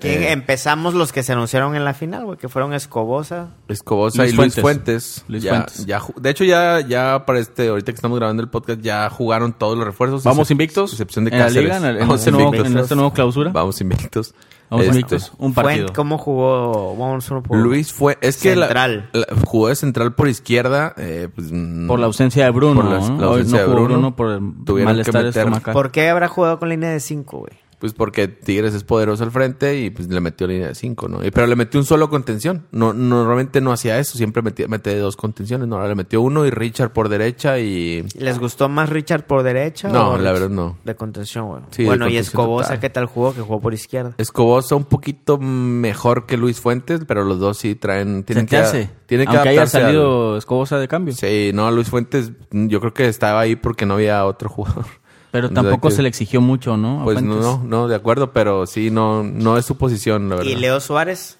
¿Quién- Eh. Empezamos los que se anunciaron en la final, güey, que fueron Escobosa. Escobosa Luis y Luis Fuentes. Fuentes. Luis ya, Fuentes. ya ju- de hecho, ya, ya para este, ahorita que estamos grabando el podcast, ya jugaron todos los refuerzos. ¿Vamos excep- invictos? Excepción de ¿En la Cáceres. liga? ¿En, el- en Vamos este nuevo, invictos. en esta nueva clausura? Vamos, Vamos invictos. Este, invictos. Un partido. Fue- ¿Cómo jugó? Vamos uno por Luis fue. Es que la- Central. La, jugó de central por izquierda. eh, pues, mm, Por la ausencia de Bruno. por la- ¿no? la Hoy ausencia no de jugó Bruno, Bruno. por el Tuvieron malestar que meter- estomacal. ¿Por qué habrá jugado con línea de 5, güey? Pues porque Tigres es poderoso al frente y pues le metió línea de 5, ¿no? Y- Pero le metió un solo contención. No, normalmente no hacía eso, siempre metía, mete dos contenciones, ¿no? Ahora le metió uno y Richard por derecha y ¿Les gustó más Richard por derecha? Ah. No, o la Rich- verdad no. De contención, güey. Sí, de bueno, y contención Escobosa, total. ¿qué tal jugó? Que jugó por izquierda. Escobosa un poquito mejor que Luis Fuentes, pero los dos sí traen, tienen Se te que, hace. tienen que Aunque haya adaptarse al- salido Escobosa de cambio. Sí, no, Luis Fuentes mm, yo creo que estaba ahí porque no había otro jugador. Pero O sea tampoco que- se le exigió mucho, ¿no? A Pues no, no, Fuentes. no, de acuerdo, pero sí, no, no es su posición, la verdad. ¿Y Leo Suárez?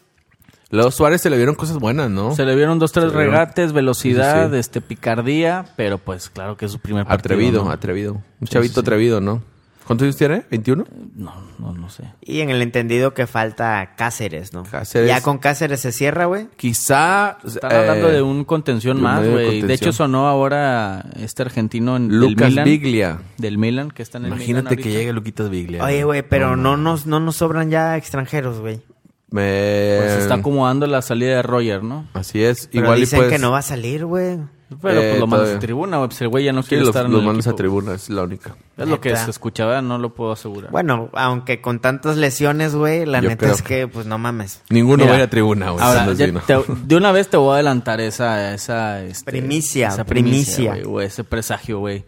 Leo Suárez se le vieron cosas buenas, ¿no? Se le vieron dos, tres Se le vieron- regates, velocidad, Sí, sí. este picardía, pero pues claro que es su primer partido. Atrevido, ¿no? atrevido. Un Sí, chavito sí, sí. atrevido, ¿no? ¿Cuántos años tiene? ¿21? No, no, no sé. Y en el entendido que falta Cáceres, ¿no? Cáceres. Ya con Cáceres se cierra, güey. Quizá. Están eh, hablando de un contención de un más, medio de güey. De contención. hecho, sonó ahora este argentino en, del Lucas Milan. Biglia. Del Milan, que está en el Milan Imagínate ahorita. que llegue Luquitas Biglia. Oye, güey, pero no, nos, no nos sobran ya extranjeros, güey. Me- Pues está acomodando la salida de Roger, ¿no? Así es. Pero Igual dicen y pues. que no va a salir, güey. Pero Eh, pues lo mandas todavía. a tribuna, güey. Pues el güey ya no Sí, quiere los, estar en los el mandas a equipo. tribuna, es la única. Es lo que Neta. se escuchaba, no lo puedo asegurar. Bueno, aunque con tantas lesiones, güey, la Yo neta creo es que, pues no mames. Ninguno Mira, va a ir a tribuna, güey. Ahora, eso es ya vino. te- de una vez te voy a adelantar esa, esa este, Primicia, esa primicia. güey, o ese presagio, güey.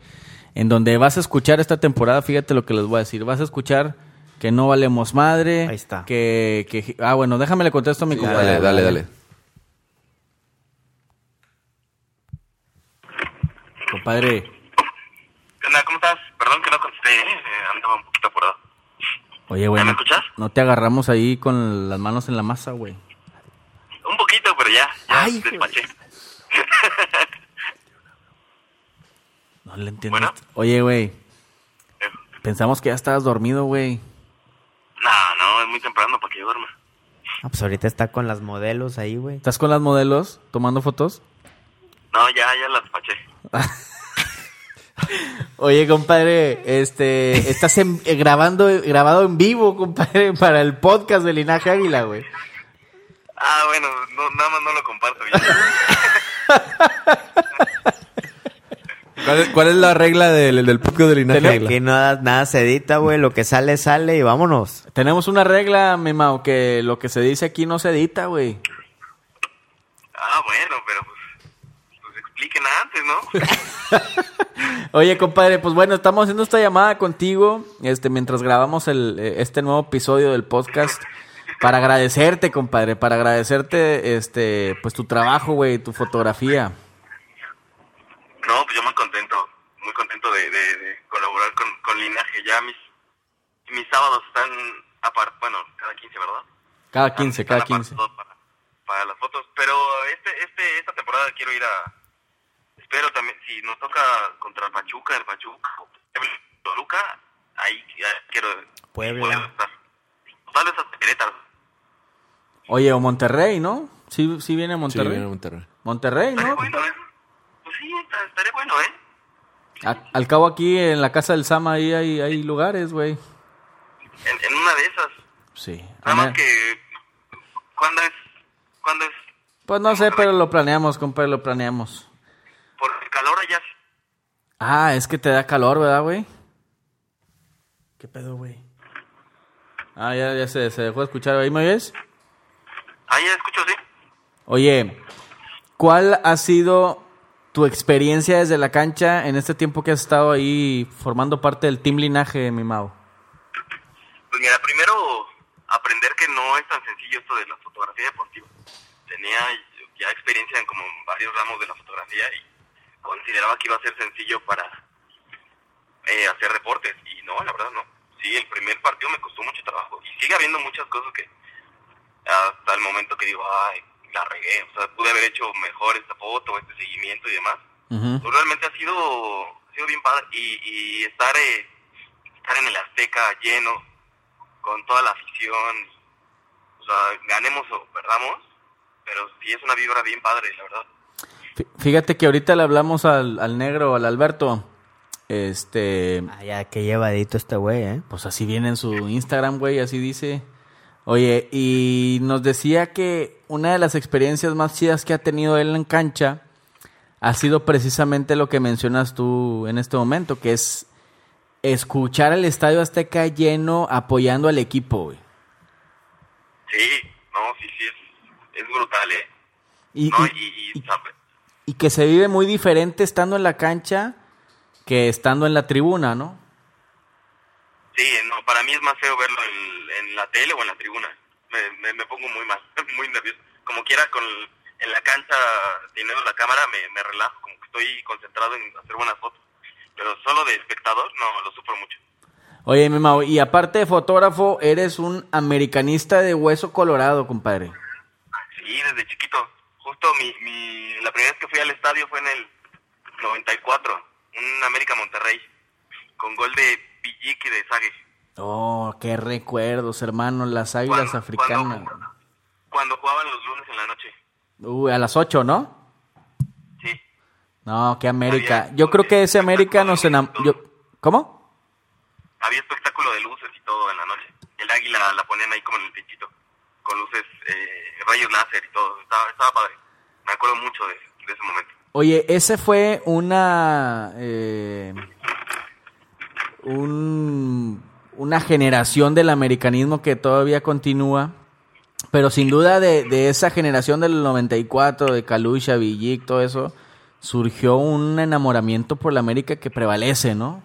En donde vas a escuchar esta temporada, fíjate lo que les voy a decir. Vas a escuchar que no valemos madre. Ahí está. Que, que- ah, bueno, déjame le contesto a mi compadre. Dale, dale, dale. Compadre, ¿Qué onda? ¿Cómo estás? Perdón que no contesté, ¿eh? Eh, andaba un poquito apurado. oye, güey. ¿Me no- escuchas? No te agarramos ahí con las manos en la masa, güey. Un poquito, pero ya, ya Ay, hijo de- despaché. No le entiendo. Bueno. Oye, güey. Pensamos que ya estabas dormido, güey. No, no, es muy temprano para que yo duerma. Ah, pues ahorita está con las modelos ahí, güey. ¿Estás con las modelos tomando fotos? No, ya, ya la despaché. Oye, compadre, este, estás en- eh, grabando, eh, grabado en vivo, compadre, para el podcast de Linaje Águila, güey. Ah, bueno, no, nada más no lo comparto. ya. ¿Cuál es, cuál es la regla del, del podcast de linaje? Águila? Aquí nada, nada se edita, güey. Lo que sale, sale y vámonos. Tenemos una regla, mi Mau, que lo que se dice aquí no se edita, güey. ah, bueno, pero pues, pues expliquen antes, ¿no? Oye, compadre, pues bueno, estamos haciendo esta llamada contigo, este, mientras grabamos el, eh, este nuevo episodio del podcast. Para agradecerte, compadre, para agradecerte, este, pues tu trabajo, güey, tu fotografía. No, pues yo muy contento, muy contento de, de- de colaborar con, con Linaje. Ya mis, mis sábados están, apar bueno, cada 15, ¿verdad? Cada 15, cada Están 15. apartados Para, para las fotos, pero este, este, esta temporada quiero ir a, espero también, si nos toca contra Pachuca, el Pachuca, o Toluca, ahí ya quiero Puebla. poder estar. Tal vez hasta Querétaro. Oye, o Monterrey, ¿no? Sí, sí viene a Sí, Monterrey. viene a Monterrey. Monterrey, Estaría ¿no? bueno, ¿eh? Pues sí, está- estaría bueno, ¿eh? A- al cabo aquí en la casa del Sama ahí hay, hay lugares, güey. En, en una de esas. Sí. Nada más que, ¿cuándo es? ¿Cuándo es? Pues no sé, pero lo planeamos, compadre, lo planeamos. Porque el calor allá es- Ah, es que te da calor, ¿verdad, güey? ¿Qué pedo, güey? Ah, ya, ya se, se dejó de escuchar. ¿Ahí me oyes? Ah, ya escucho, sí. Oye, ¿cuál ha sido tu experiencia desde la cancha en este tiempo que has estado ahí formando parte del Team Linaje, mi Mau. Pues mira, primero aprender que no es tan sencillo esto de la fotografía deportiva. Tenía ya experiencia en como varios ramos de la fotografía y consideraba que iba a ser sencillo para eh, hacer deportes y no, la verdad no. Sí, el primer partido me costó mucho trabajo y sigue habiendo muchas cosas que hasta el momento que digo, ay, la regué, o sea, pude haber hecho mejor esta foto, este seguimiento y demás. Ujú. Pues realmente ha sido, ha sido bien padre y, y estar, eh, estar en el Azteca lleno, con toda la afición, o sea, ganemos o perdamos, pero sí es una vibra bien padre, la verdad. Fí- Fíjate que ahorita le hablamos al, al negro, al Alberto. Este, Ah, ya, qué llevadito este güey, ¿eh? pues así viene en su Instagram, güey, así dice. Oye, y nos decía que una de las experiencias más chidas que ha tenido él en cancha ha sido precisamente lo que mencionas tú en este momento, que es escuchar al Estadio Azteca lleno apoyando al equipo, güey. Sí, no, sí, sí, es, es brutal, ¿eh? Y- ¿No? y- Y, y, sabe- y que se vive muy diferente estando en la cancha que estando en la tribuna, ¿no? sí, no, para mí es más feo verlo en, en la tele o en la tribuna. Me, me, me pongo muy mal, muy nervioso. Como quiera, con en la cancha, teniendo la cámara, me, me relajo, como que estoy concentrado en hacer buenas fotos. Pero solo de espectador, no, lo sufro mucho. Oye, mi Mau, y aparte de fotógrafo, eres un americanista de hueso colorado, compadre. Sí, desde chiquito. Justo mi, mi, la primera vez que fui al estadio fue en el 94, un América Monterrey, con gol de Villic y de Sague. Oh, qué recuerdos, hermano, las águilas Cuando- africanas. Cuando, cuando jugaban los lunes en la noche. Uy, a las 8, ¿no? Sí. No, qué América. Había- Yo creo que ese América nos enamoró. ¿Cómo? Había espectáculo de luces y todo en la noche. El águila la ponían ahí como en el techito, con luces, eh, rayos láser y todo. Estaba, estaba padre. Me acuerdo mucho de, de ese momento. Oye, ese fue una. eh, un- una generación del americanismo que todavía continúa. Pero sin duda de, de esa generación del 94, de Kalusha, Villic, todo eso, surgió un enamoramiento por la América que prevalece, ¿no?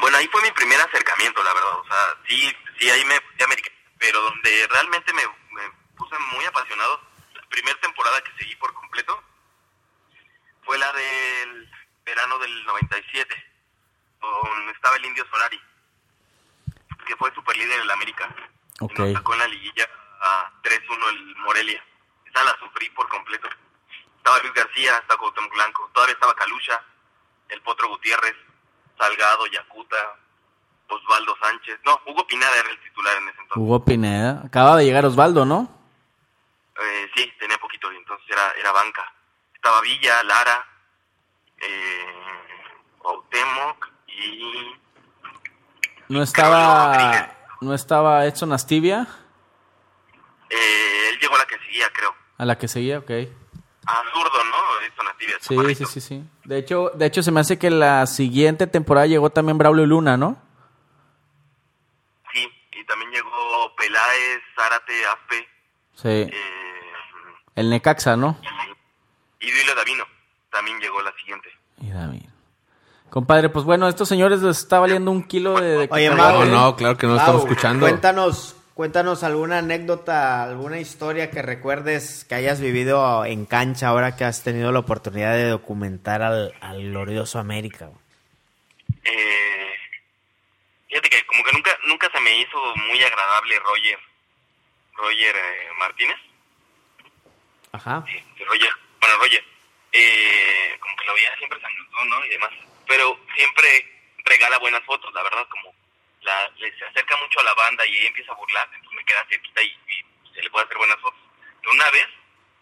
Bueno, ahí fue mi primer acercamiento, la verdad. O sea, sí, sí, ahí me fui a América. Pero donde realmente me, me puse muy apasionado, la primera temporada que seguí por completo fue la del verano del 97, donde estaba el Indio Solari, que fue superlíder del América. Ok. Y Nos sacó en la liguilla a 3-1 el Morelia. Esa la sufrí por completo. Estaba Luis García, estaba Cuauhtémoc Blanco, todavía estaba Calucha, el Potro Gutiérrez, Salgado, Yacuta, Osvaldo Sánchez. No, Hugo Pinada era el titular en ese entonces. Hugo Pineda. Acaba de llegar Osvaldo, ¿no? Eh, sí, tenía poquito, y entonces era, era banca. Estaba Villa, Lara, eh, Cuauhtémoc y... No Rodríguez. estaba. No estaba Edson Astibia, eh, él llegó a la que seguía, creo. a la que seguía, ok. Ah, zurdo, ¿no? Es Tonatibia, Sí, chaparrito. sí, sí, sí. De hecho, de hecho, se me hace que la siguiente temporada llegó también Braulio Luna, ¿no? Sí, y también llegó Peláez, Zárate, Aspe, Sí. eh, El Necaxa, ¿no? y Duilo Davino. También llegó la siguiente. Y David. Compadre, pues bueno, a estos señores les está valiendo un kilo de... de Oye, cacahuate. No, Mau. no, claro que no lo estamos Lau, escuchando. Cuéntanos, cuéntanos alguna anécdota, alguna historia que recuerdes que hayas vivido en cancha ahora que has tenido la oportunidad de documentar al, al glorioso América. güey. Eh, fíjate que como que nunca nunca se me hizo muy agradable Roger, Roger eh, Martínez. Ajá. Sí, sí, Roger. eh, Bueno, Roger. Eh, como que lo veía siempre sangrón, ¿no? Y demás. Pero siempre regala buenas fotos, la verdad, como la, le- se acerca mucho a la banda y ella empieza a burlarse, entonces me queda cerquita y, y se le puede hacer buenas fotos. Pero una vez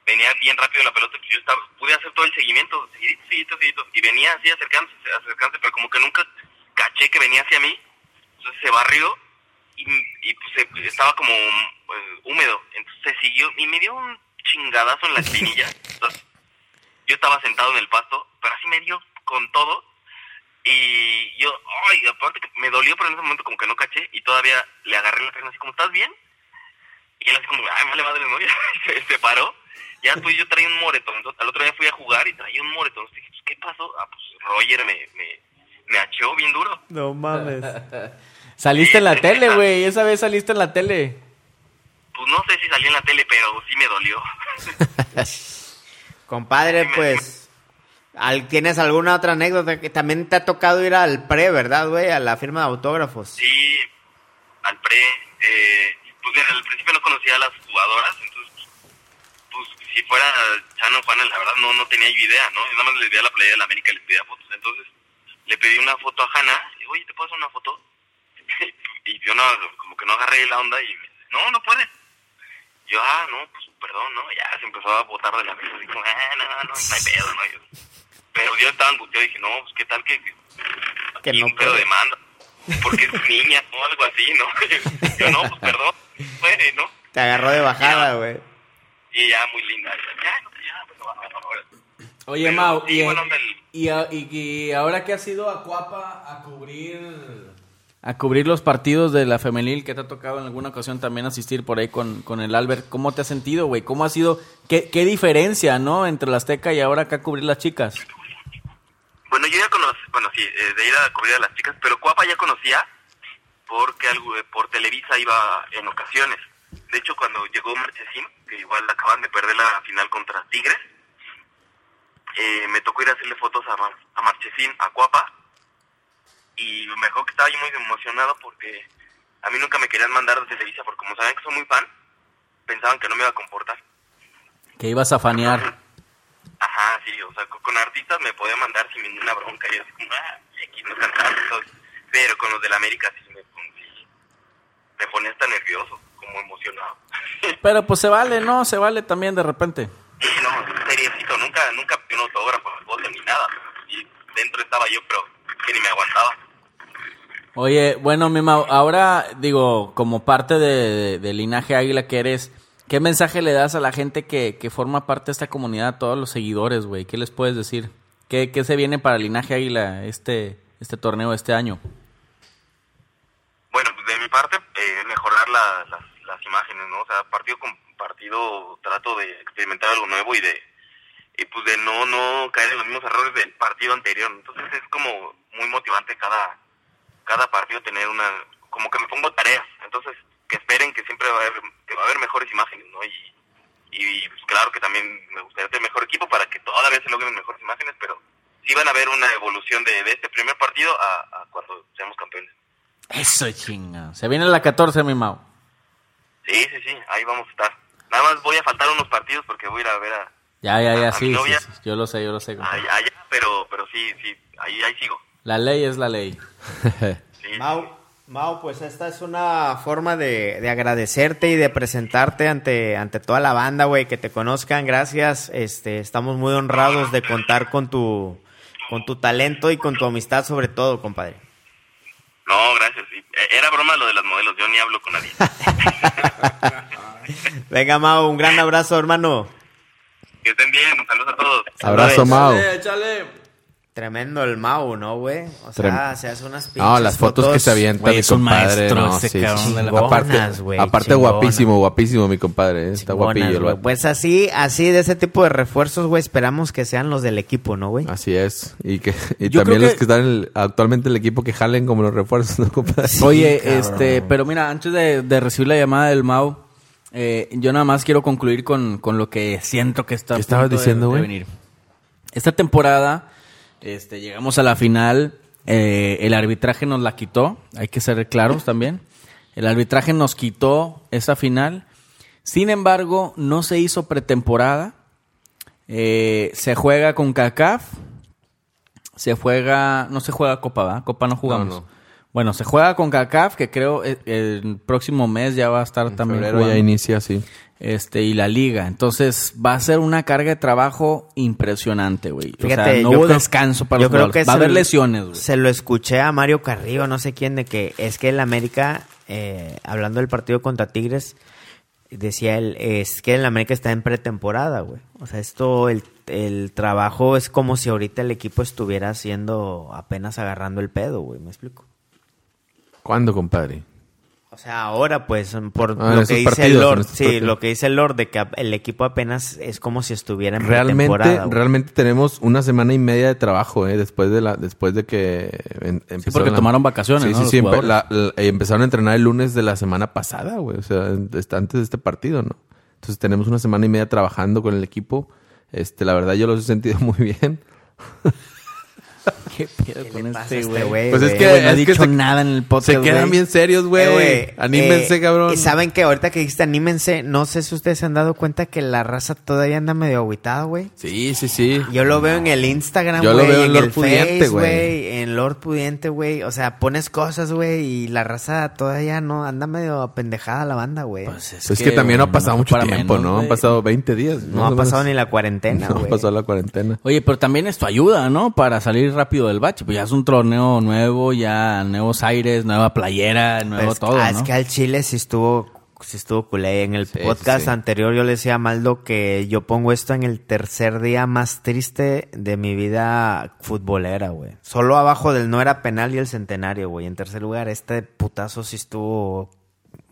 venía bien rápido la pelota, pues yo estaba, pude hacer todo el seguimiento, seguidito, seguidito, seguidito, y venía así acercándose, acercándose, pero como que nunca caché que venía hacia mí, entonces se barrió y, y, pues se- estaba como eh, húmedo, entonces se siguió y me dio un chingadazo en la espinilla. Entonces, yo estaba sentado en el pasto, pero así me dio con todo. Y yo, ay, aparte que me dolió, pero en ese momento como que no caché y todavía le agarré la pierna así como, ¿estás bien? Y él así como, ay, vale madre, ¿no? Y se, se paró Ya pues yo traía un moretón, entonces, al otro día fui a jugar y traía un moretón. Entonces dije, pues, ¿qué pasó? Ah, pues Roger me, me, me achó bien duro. No mames. Saliste en la tele, güey. Esa vez saliste en la tele. Pues no sé si salí en la tele, pero sí me dolió. Compadre, pues, al- ¿tienes alguna otra anécdota? que También te ha tocado ir al pre, ¿verdad, güey? A la firma de autógrafos. Sí, al pre, eh, pues mira, al principio no conocía a las jugadoras, entonces, pues si fuera Chano Juanes, la verdad no, no tenía yo idea, ¿no? Yo nada más les veía la playa de la América y les pedía fotos, entonces le pedí una foto a Hanna, y, oye, ¿te puedo hacer una foto? y yo no, como que no agarré la onda y me dice, no, no puedes. Yo, ah, no, pues perdón, ¿no? Ya se empezó a botar de la mesa, así como, ah, no, no, no hay pedo, ¿no? Yo, pero yo estaba angustiado y dije, no, pues qué tal que, que Que no pero demanda, porque es niña o algo así, ¿no? Yo no, pues perdón, muere, ¿no? Te agarró de bajada, güey. Y ya muy linda, ya, no, ya, pues, no, no, no, Oye, Mau, sí, y, bueno, me- y- y- y ahora que has ido a Cuapa a cubrir... A cubrir los partidos de la femenil que te ha tocado en alguna ocasión también asistir por ahí con, con el Albert. ¿Cómo te has sentido, güey? ¿Cómo ha sido? ¿Qué, qué diferencia, no? Entre la Azteca y ahora acá cubrir las chicas. Bueno, yo ya conocí, bueno, sí, eh, de ir a la corrida de las chicas, pero Cuapa ya conocía porque algo eh, por Televisa iba en ocasiones. De hecho, cuando llegó Marchesín, que igual acaban de perder la final contra Tigres, eh, me tocó ir a hacerle fotos a, Mar- a Marchesín, a Cuapa, y lo mejor que estaba yo muy emocionado porque a mí nunca me querían mandar de Televisa, porque como saben que soy muy fan, pensaban que no me iba a comportar. Que ibas a fanear. Ajá, sí, o sea, co- con, artistas me podía mandar sin ninguna bronca. Y así como, ah, aquí no cantaba. entonces, Pero con los del América sí me, pon- sí, me ponía hasta nervioso, como emocionado. Pero pues se vale, ¿no? Se vale también de repente. Sí, no, seriecito, nunca, nunca pedí un autógrafo, foto ni nada. Y dentro estaba yo, pero que ni me aguantaba. Oye, bueno, mi Mau, ahora digo, como parte de, de Linaje Águila que eres, ¿qué mensaje le das a la gente que, que forma parte de esta comunidad, a todos los seguidores, güey? ¿Qué les puedes decir? ¿Qué, qué se viene para Linaje Águila este, este torneo, este año? Bueno, pues, de mi parte, eh, mejorar la- las, las imágenes, ¿no? O sea, partido con partido trato de experimentar algo nuevo y de y pues de no no caer en los mismos errores del partido anterior. Entonces es como muy motivante cada cada partido tener una como que me pongo tareas. Entonces que esperen que siempre va a haber que va a haber mejores imágenes, ¿no? Y, y pues, claro que también me gustaría tener mejor equipo para que todavía se logren mejores imágenes, pero sí van a haber una evolución de, de este primer partido a, a cuando seamos campeones. Eso, chinga. Se viene la 14, mi Mau. Sí, sí, sí, ahí vamos a estar. Nada más voy a faltar unos partidos porque voy a ir a ver a Ya, ya, ya, A sí, mi sí, novia. sí, Yo lo sé, yo lo sé. compadre. allá, allá, pero, pero sí, sí, ahí, ahí sigo. La ley es la ley. Mau, Mau, pues esta es una forma de, de agradecerte y de presentarte ante, ante toda la banda, güey, que te conozcan. Gracias. Este, estamos muy honrados de contar con tu, con tu talento y con tu amistad sobre todo, compadre. No, gracias. sí. Eh, Era broma lo de las modelos, yo ni hablo con nadie. Venga, Mau, un gran abrazo, hermano. que estén bien, saludos a todos. Abrazo, Mau. eh, Tremendo el Mau, ¿no, güey? O sea, Trem- se hace unas pinches No, las fotos, que se avientan, Güey, mi es un compadre. maestro No, ese sí, sí, cabrón sí. de la- Chingonas, Aparte, güey, aparte chingonas. guapísimo, guapísimo, mi compadre. eh. Está guapillo Buenas, el güey. vato. Pues así, así de ese tipo de refuerzos, güey, esperamos que sean los del equipo, ¿no, güey? Así es. Y, que, y Yo creo también los que- que están en el- actualmente en el equipo que jalen como los refuerzos, ¿no, compadre? Oye, cabrón. este, pero mira, antes de, de recibir la llamada del Mau, eh, yo nada más quiero concluir con, con lo que siento que está a ¿Qué estabas punto de- diciendo, de güey? venir. Esta temporada, este, llegamos a la final, eh, el arbitraje nos la quitó, hay que ser claros también. El arbitraje nos quitó esa final. Sin embargo, no se hizo pretemporada. Eh, se juega con CACAF. Se juega. No se juega Copa, ¿va? Copa no jugamos. No, no. Bueno, se juega con CACAF, que creo eh, el próximo mes ya va a estar también. febrero jugando. ya inicia, sí. Este, y la liga. Entonces, va a ser una carga de trabajo impresionante, güey. O sea, Fíjate, no yo hubo creo- descanso para yo los creo jugadores. que Va a se haber lo- lesiones, güey. Se lo escuché a Mario Carrillo, no sé quién, de que es que el América, eh, hablando del partido contra Tigres, decía él, es que el América está en pretemporada, güey. O sea, esto, el, el trabajo es como si ahorita el equipo estuviera haciendo, apenas agarrando el pedo, güey, me explico. ¿Cuándo, compadre? O sea, ahora pues por Ah, en lo estos que dice el partidos, en Lord, estos sí, partidos. lo que dice el Lord de que el equipo apenas es como si estuviera en Realmente, pretemporada. güey. realmente tenemos una semana y media de trabajo, ¿eh? Después de la, después de que en- empezaron porque la- tomaron vacaciones, Sí, ¿no? sí, Los sí. empe- jugadores. la- la- eh, empezaron a entrenar el lunes de la semana pasada, güey. O sea, en- est- antes de este partido, ¿no? Entonces tenemos una semana y media trabajando con el equipo. Este, la verdad, yo los he sentido muy bien. ¿Qué pedo con pasa a este este güey? güey, Pues es güey? que- Güey, no ha es que dicho se- nada en el podcast. Se quedan güey. bien serios, Eh, güey. Anímense, eh, cabrón. y ¿Saben que ahorita que dijiste anímense? No sé si ustedes se han dado cuenta que la raza todavía anda medio agüitada, güey. Sí, sí, sí. Yo lo veo en el Instagram, Yo güey. lo veo en en Lord el Pudiente, Face, güey. güey. En Lord Pudiente, güey. O sea, pones cosas, güey. Y la raza todavía no anda medio apendejada la banda, güey. Pues Es, que, también no ha pasado mucho para tiempo, menos, ¿no? Han güey. pasado 20 días. no ha pasado ni la cuarentena, pues. No güey. ha pasado la cuarentena. Oye, pero también esto ayuda, ¿no? Para salir rápido del bache. Pues ya es un torneo nuevo, ya nuevos aires, nueva playera, nuevo Pero Pues es, todo, ah, ¿no? es que al Chile sí estuvo, sí estuvo culé. En el Sí, podcast sí, sí. anterior yo le decía a Maldo que yo pongo esto en el tercer día más triste de mi vida futbolera, güey. Solo abajo del no era penal y el centenario, güey. En tercer lugar, este putazo sí estuvo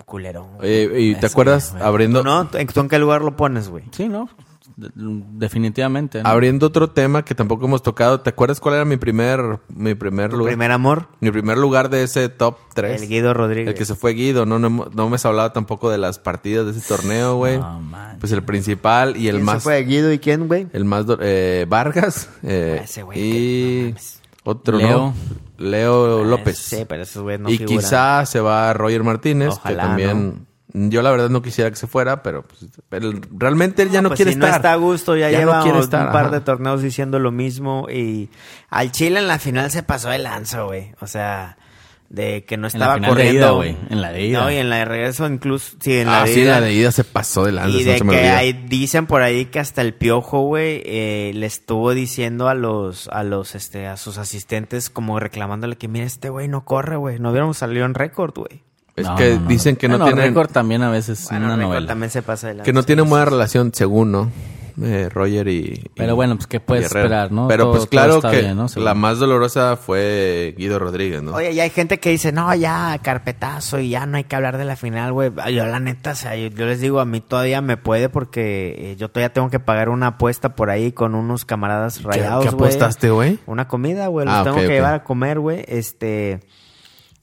culerón. güey. Oye, ¿y te Eso, acuerdas güey, güey. abriendo, ¿Tú no? ¿Tú- ¿En, tú en qué lugar lo pones, güey? Sí, ¿no? De- definitivamente. ¿no? abriendo otro tema que tampoco hemos tocado? ¿Te acuerdas cuál era mi primer, mi primer ¿Tu lugar? primer amor? Mi primer lugar de ese top 3. El Guido Rodríguez. El que se fue Guido, no, no, hemos- no me has hablado tampoco de las partidas de ese torneo, güey. No manches. pues el principal y el ¿Quién se más, fue de Guido y quién, güey? el más do- eh, Vargas eh, Ah, ese güey que- no y mames. Ah, otro Leo. ¿no? Leo López. Sí, pero esos güeyes no y figuran. quizá se va Roger Martínez, Ojalá, que también yo la verdad no quisiera que se fuera, pero, pues, pero él- realmente él ya no, pues, quiere si estar. no está a gusto, ya, Ya no lleva quiere un estar, par ajá. de torneos diciendo lo mismo. Y al Chile en la final se pasó de lanza, güey. O sea, de que no En la estaba final de ida, corriendo. güey. En la de ida. No, y en la de regreso incluso. Sí, en la ah, de sí, ida. la de ida se pasó de lanza, Y eso de se me que olvida. ahí dicen por ahí que hasta el piojo, güey, eh, le estuvo diciendo a los, a los, este, a sus asistentes como reclamándole que mira este güey no corre, güey, no hubiéramos salido en récord, güey. Es No, que no, no, dicen que no Bueno, tienen récord también a veces Bueno, una récord novela. también se pasa de lanza. que no tienen buena relación según, ¿no? Eh, Roger y, y- Pero bueno, pues, ¿qué puedes y Herrera. esperar, no? Pero Todo- pues todo claro está que bien, ¿no? la Seguro. más dolorosa fue Guido Rodríguez, ¿no? Oye, ya hay gente que dice, no, ya, carpetazo y ya no hay que hablar de la final, güey. Ay, Yo, la neta, o sea, yo, yo les digo, a mí todavía me puede porque eh, yo todavía tengo que pagar una apuesta por ahí con unos camaradas ¿Qué, rayados, qué güey. apostaste, güey? Una comida, güey. Los Ah, tengo ok, que ok. llevar a comer, güey. Este.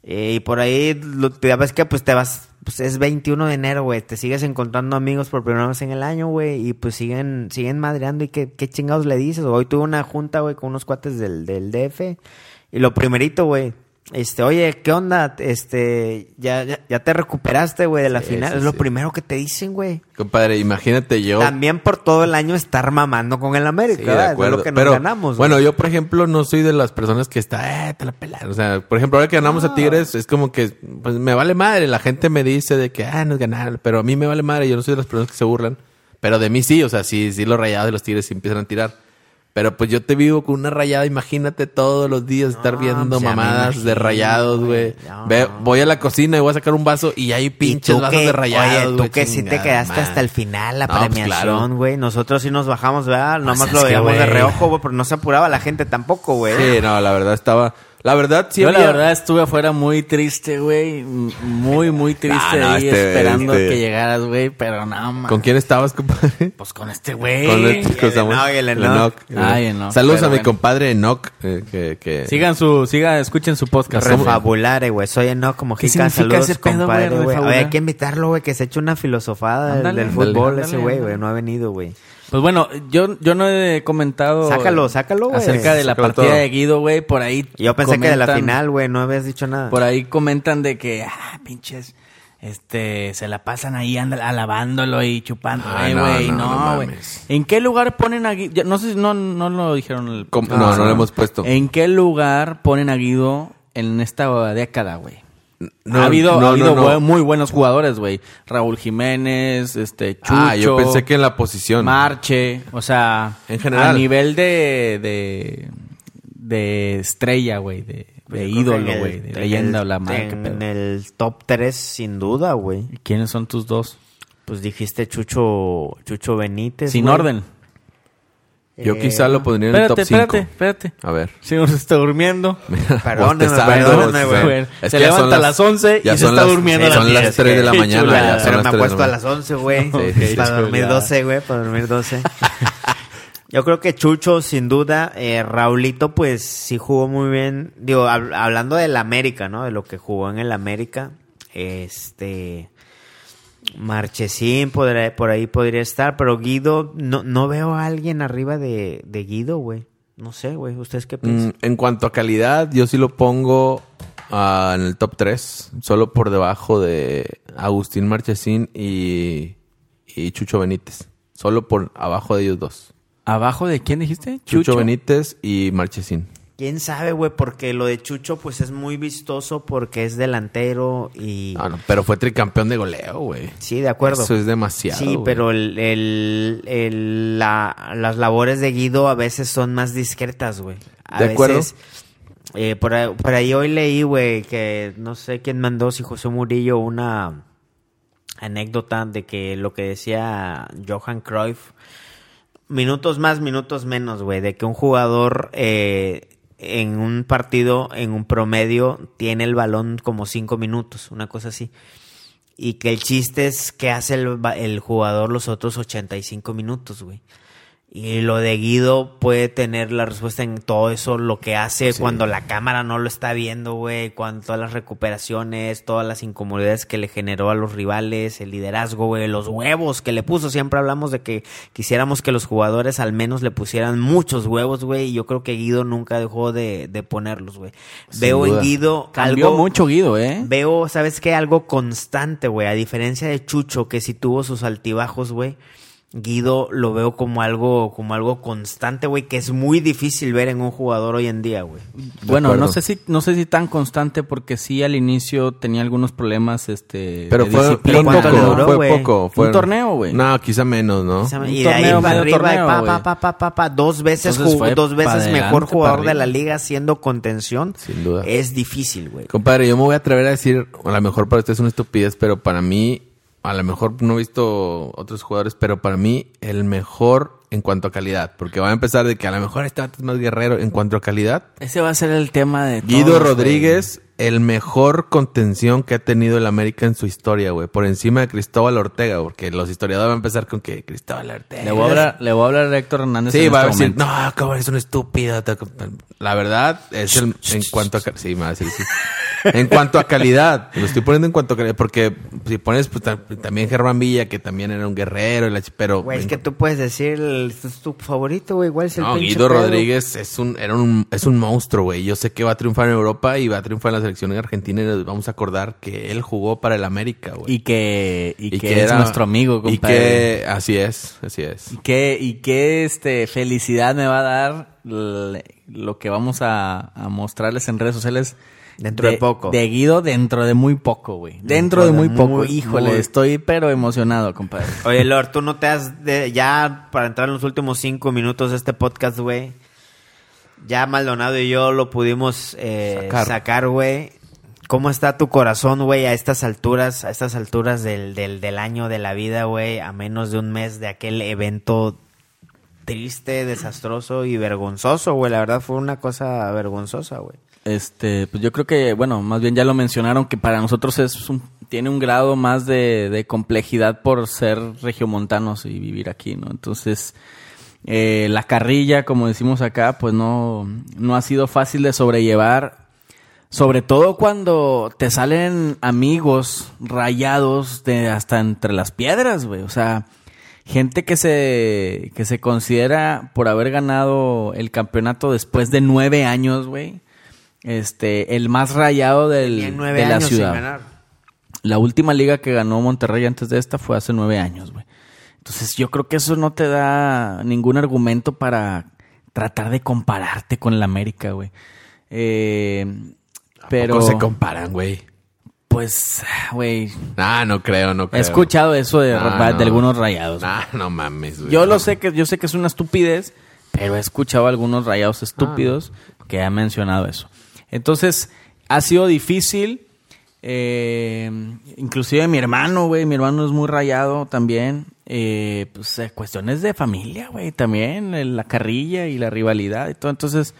eh, y por ahí, lo, ya ves que pues te vas. Pues es 21 de enero, güey. Te sigues encontrando amigos por primera vez en el año, güey. Y pues siguen siguen madreando. ¿Y qué, qué chingados le dices? Hoy tuve una junta, güey, con unos cuates del, del DF. Y lo primerito, güey. Este, oye, ¿qué onda? Este, ya, ya, ya te recuperaste, güey, de la Sí, final. sí, es lo sí. primero que te dicen, güey. Compadre, imagínate yo. También por todo el año estar mamando con el América, Sí, de ¿verdad? Es acuerdo. lo que nos Pero, ganamos, güey. Bueno, yo, por ejemplo, no soy de las personas que está, eh, te la pelan. O sea, por ejemplo, ahora que ganamos a Tigres, es como que, pues me vale madre. La gente me dice de que, ah, nos ganaron, pero a mí me vale madre. Yo no soy de las personas que se burlan. Pero de mí sí, o sea, sí, sí, los rayados de los Tigres sí empiezan a tirar. Pero pues yo te vivo con una rayada, imagínate todos los días estar No, viendo pues, ya me mamadas de imagino, rayados, güey. güey. No, Ve- no. Voy a la cocina y voy a sacar un vaso y hay pinches tú vasos que- de rayados. Oye, tú güey, que sí te chingada quedaste madre. hasta el final la No, pues, premiación, claro. güey. Nosotros sí nos bajamos, ¿verdad? Nomás es lo que, veíamos de güey. reojo, güey, pero no se apuraba la gente tampoco, güey. Sí, no, la verdad estaba. La verdad, sí, Yo la había- verdad estuve afuera muy triste, güey. M- Muy, muy triste no, ahí este- esperando este- que llegaras, güey. Pero nada más. ¿Con quién estabas, compadre? Pues con este güey. Con el- el con Samuel. Enoch, Eh, el El Enoch. Enoch. Ay, Enoch. Saludos Pero a mi bueno. compadre Enoch. eh, que, que- Sigan su, sigan, escuchen su podcast. Refabulare, güey. Soy no como ¿Qué Jica. significa Saludos, ese pedo, güey, compadre, güey. refabular? Oye, hay que invitarlo, güey, que se eche una filosofada del- Ándale, del ándale, fútbol ándale, ese güey, güey. ándale. No ha venido, güey. Pues bueno, yo, yo no he comentado. Sácalo, sácalo, güey. Acerca de la Sácalo partida todo. de Guido, güey. Por ahí. Yo pensé que de la comentan- final, güey, no habías dicho nada. Por ahí comentan de que, ah, pinches, este, se la pasan ahí anda- alabándolo y chupando, Ah, eh, no, güey, no, no, no güey. mames. ¿En qué lugar ponen a Guido? Ya, No sé si no, no lo dijeron. en El... Com- no, podcast, no lo hemos puesto. ¿En qué lugar ponen a Guido en esta década, güey? No, ha habido, no, ha habido no, no. buen- muy buenos jugadores, güey. Raúl Jiménez, este, Chucho. Ah, yo pensé que en la posición. Marche, o sea, En general. a nivel de de, de estrella, güey, de, Pues de yo creo que en ídolo, el- güey, de en leyenda el- o la madre. qué En pedo. el top 3, sin duda, güey. ¿Quiénes son tus dos? Pues dijiste Chucho, Chucho Benítez. Sin güey. orden. Yo quizá lo pondría en el Espérate, top 5. espérate, espérate. A ver. Si no se está durmiendo. Perdóname, Bostezando, perdóname, bostezando. güey. Es Se que ya son levanta a las- las 11 y ya se son está las- durmiendo a son las las 10. 3 de la Qué mañana, chulada. ya son Pero las me tres de acuesto la a las mañana. 11, güey. Sí, sí, sí. para dormir chulada. 12, güey. Para dormir 12. Yo creo que Chucho, sin duda. eh, Raulito, pues sí jugó muy bien. Digo, hab- hablando del América, ¿no? De lo que jugó en el América. Este. Marchesín podrá- por ahí podría estar, pero Guido, no, no veo a alguien arriba de, de Guido, güey. No sé, güey. ¿Ustedes qué Mm, piensan? en cuanto a calidad, yo sí lo pongo ah, en el top 3. Solo por debajo de Agustín Marchesín y, y Chucho Benítez. Solo por abajo de ellos dos. ¿Abajo de quién dijiste? Chucho, Benítez y Marchesín. ¿Quién sabe, güey? Porque lo de Chucho, pues es muy vistoso porque es delantero y. Ah, no, pero fue tricampeón de goleo, güey. Sí, de acuerdo. Eso es demasiado. Sí, güey. pero el, el- el- la- las labores de Guido a veces son más discretas, güey. A De acuerdo. veces, eh, por, ahí- por ahí hoy leí, güey, que no sé quién mandó, si José Murillo, una anécdota de que lo que decía Johan Cruyff, minutos más, minutos menos, güey, de que un jugador eh, en un partido, en un promedio, tiene el balón como cinco minutos, una cosa así. Y que el chiste es que hace el, ba- el jugador los otros 85 minutos, güey. Y lo de Guido puede tener la respuesta en todo eso, lo que hace Sí. cuando la cámara no lo está viendo, güey, cuando todas las recuperaciones, todas las incomodidades que le generó a los rivales, el liderazgo, güey, los huevos que le puso. Siempre hablamos de que quisiéramos que los jugadores al menos le pusieran muchos huevos, güey, y yo creo que Guido nunca dejó de, de ponerlos, güey. Sin Veo duda. en Guido Cambió algo mucho Guido, ¿eh? Veo, ¿sabes qué? Algo constante, güey. A diferencia de Chucho, que sí tuvo sus altibajos, güey. Guido lo veo como algo, como algo constante, güey, que es muy difícil ver en un jugador hoy en día, güey. Bueno, acuerdo. no sé si no sé si tan constante porque sí al inicio tenía algunos problemas este Pero de fue, disciplina. pero ¿Cuánto poco, le duró, fue güey? poco. fue- Un torneo, güey. No, quizá menos, ¿no? Esa- Un Y de ahí torneo, para medio arriba, torneo, y pa, güey. pa, pa, pa, pa, pa, dos veces, Entonces jugó- fue dos pa' veces adelante, mejor jugador pa' de la arriba. liga siendo contención. Sin duda. Es difícil, güey. Compadre, yo me voy a atrever a decir, a lo mejor para usted es una estupidez, pero para mí, a lo mejor no he visto otros jugadores, pero para mí el mejor en cuanto a calidad, porque va a empezar de que a lo mejor este vato es más guerrero en cuanto a calidad. Ese va a ser el tema de Guido todos, güey. Rodríguez, el mejor contención que ha tenido el América en su historia, güey, por encima de Cristóbal Ortega, porque los historiadores van a empezar con que Cristóbal Ortega. Le voy a hablar, le voy a hablar a Héctor Hernández. Sí, en va a este decir, momento. no, cabrón, es un estúpido. La verdad, es el, en cuanto a... ca- Sí, me va a decir, sí. En cuanto a calidad, lo estoy poniendo en cuanto a calidad, porque si pones pues, ta- también Germán Villa, que también era un guerrero, y la ch- pero... Güey, es en- que tú puedes decir, el- es tu favorito, güey, igual es el no, pinche Guido pedo. Rodríguez es un, era un, es un monstruo, güey. Yo sé que va a triunfar en Europa y va a triunfar en la selección en Argentina y nos vamos a acordar que él jugó para el América, güey. Y que, y que es era- nuestro amigo, Y compadre. que... Así es, así es. Y que, y que este, felicidad me va a dar l- lo que vamos a, a mostrarles en redes sociales. Dentro de poco. De Guido dentro de muy poco, güey. Dentro, de muy poco. Híjole, muy- estoy pero emocionado, compadre. Oye, Lord, tú no te has. de- ya para entrar en los últimos cinco minutos de este podcast, güey. Ya Maldonado y yo lo pudimos eh, Sacar. sacar, güey. ¿Cómo está tu corazón, güey, a estas alturas, a estas alturas del, del, del año de la vida, güey, a menos de un mes de aquel evento triste, desastroso y vergonzoso, güey? La verdad fue una cosa vergonzosa, güey. Este, pues yo creo que, bueno, más bien ya lo mencionaron que para nosotros es un- tiene un grado más de, de complejidad por ser regiomontanos y vivir aquí, ¿no? Entonces, eh, la carrilla, como decimos acá, pues no, no ha sido fácil de sobrellevar. Sobre todo cuando te salen amigos rayados de hasta entre las piedras, güey. O sea, gente que se, que se considera por haber ganado el campeonato después de nueve años, güey. Este, el más rayado Tenía del, nueve de la años sin ciudad. ganar. La última liga que ganó Monterrey antes de esta fue hace nueve años, güey. Entonces yo creo que eso no te da ningún argumento para tratar de compararte con el América, güey. Eh, pero Pero... se comparan, güey? pues, güey, Ah, no creo, no he creo. escuchado eso de, Ah, de no. algunos rayados. güey. Ah, no mames, güey. Yo lo No. sé que yo sé que es una estupidez, pero he escuchado a algunos rayados estúpidos que han mencionado eso. Entonces, ha sido difícil Eh, inclusive mi hermano, güey, mi hermano es muy rayado también. Eh, pues eh, cuestiones de familia, güey, también, eh, la carrilla y la rivalidad y todo. Entonces,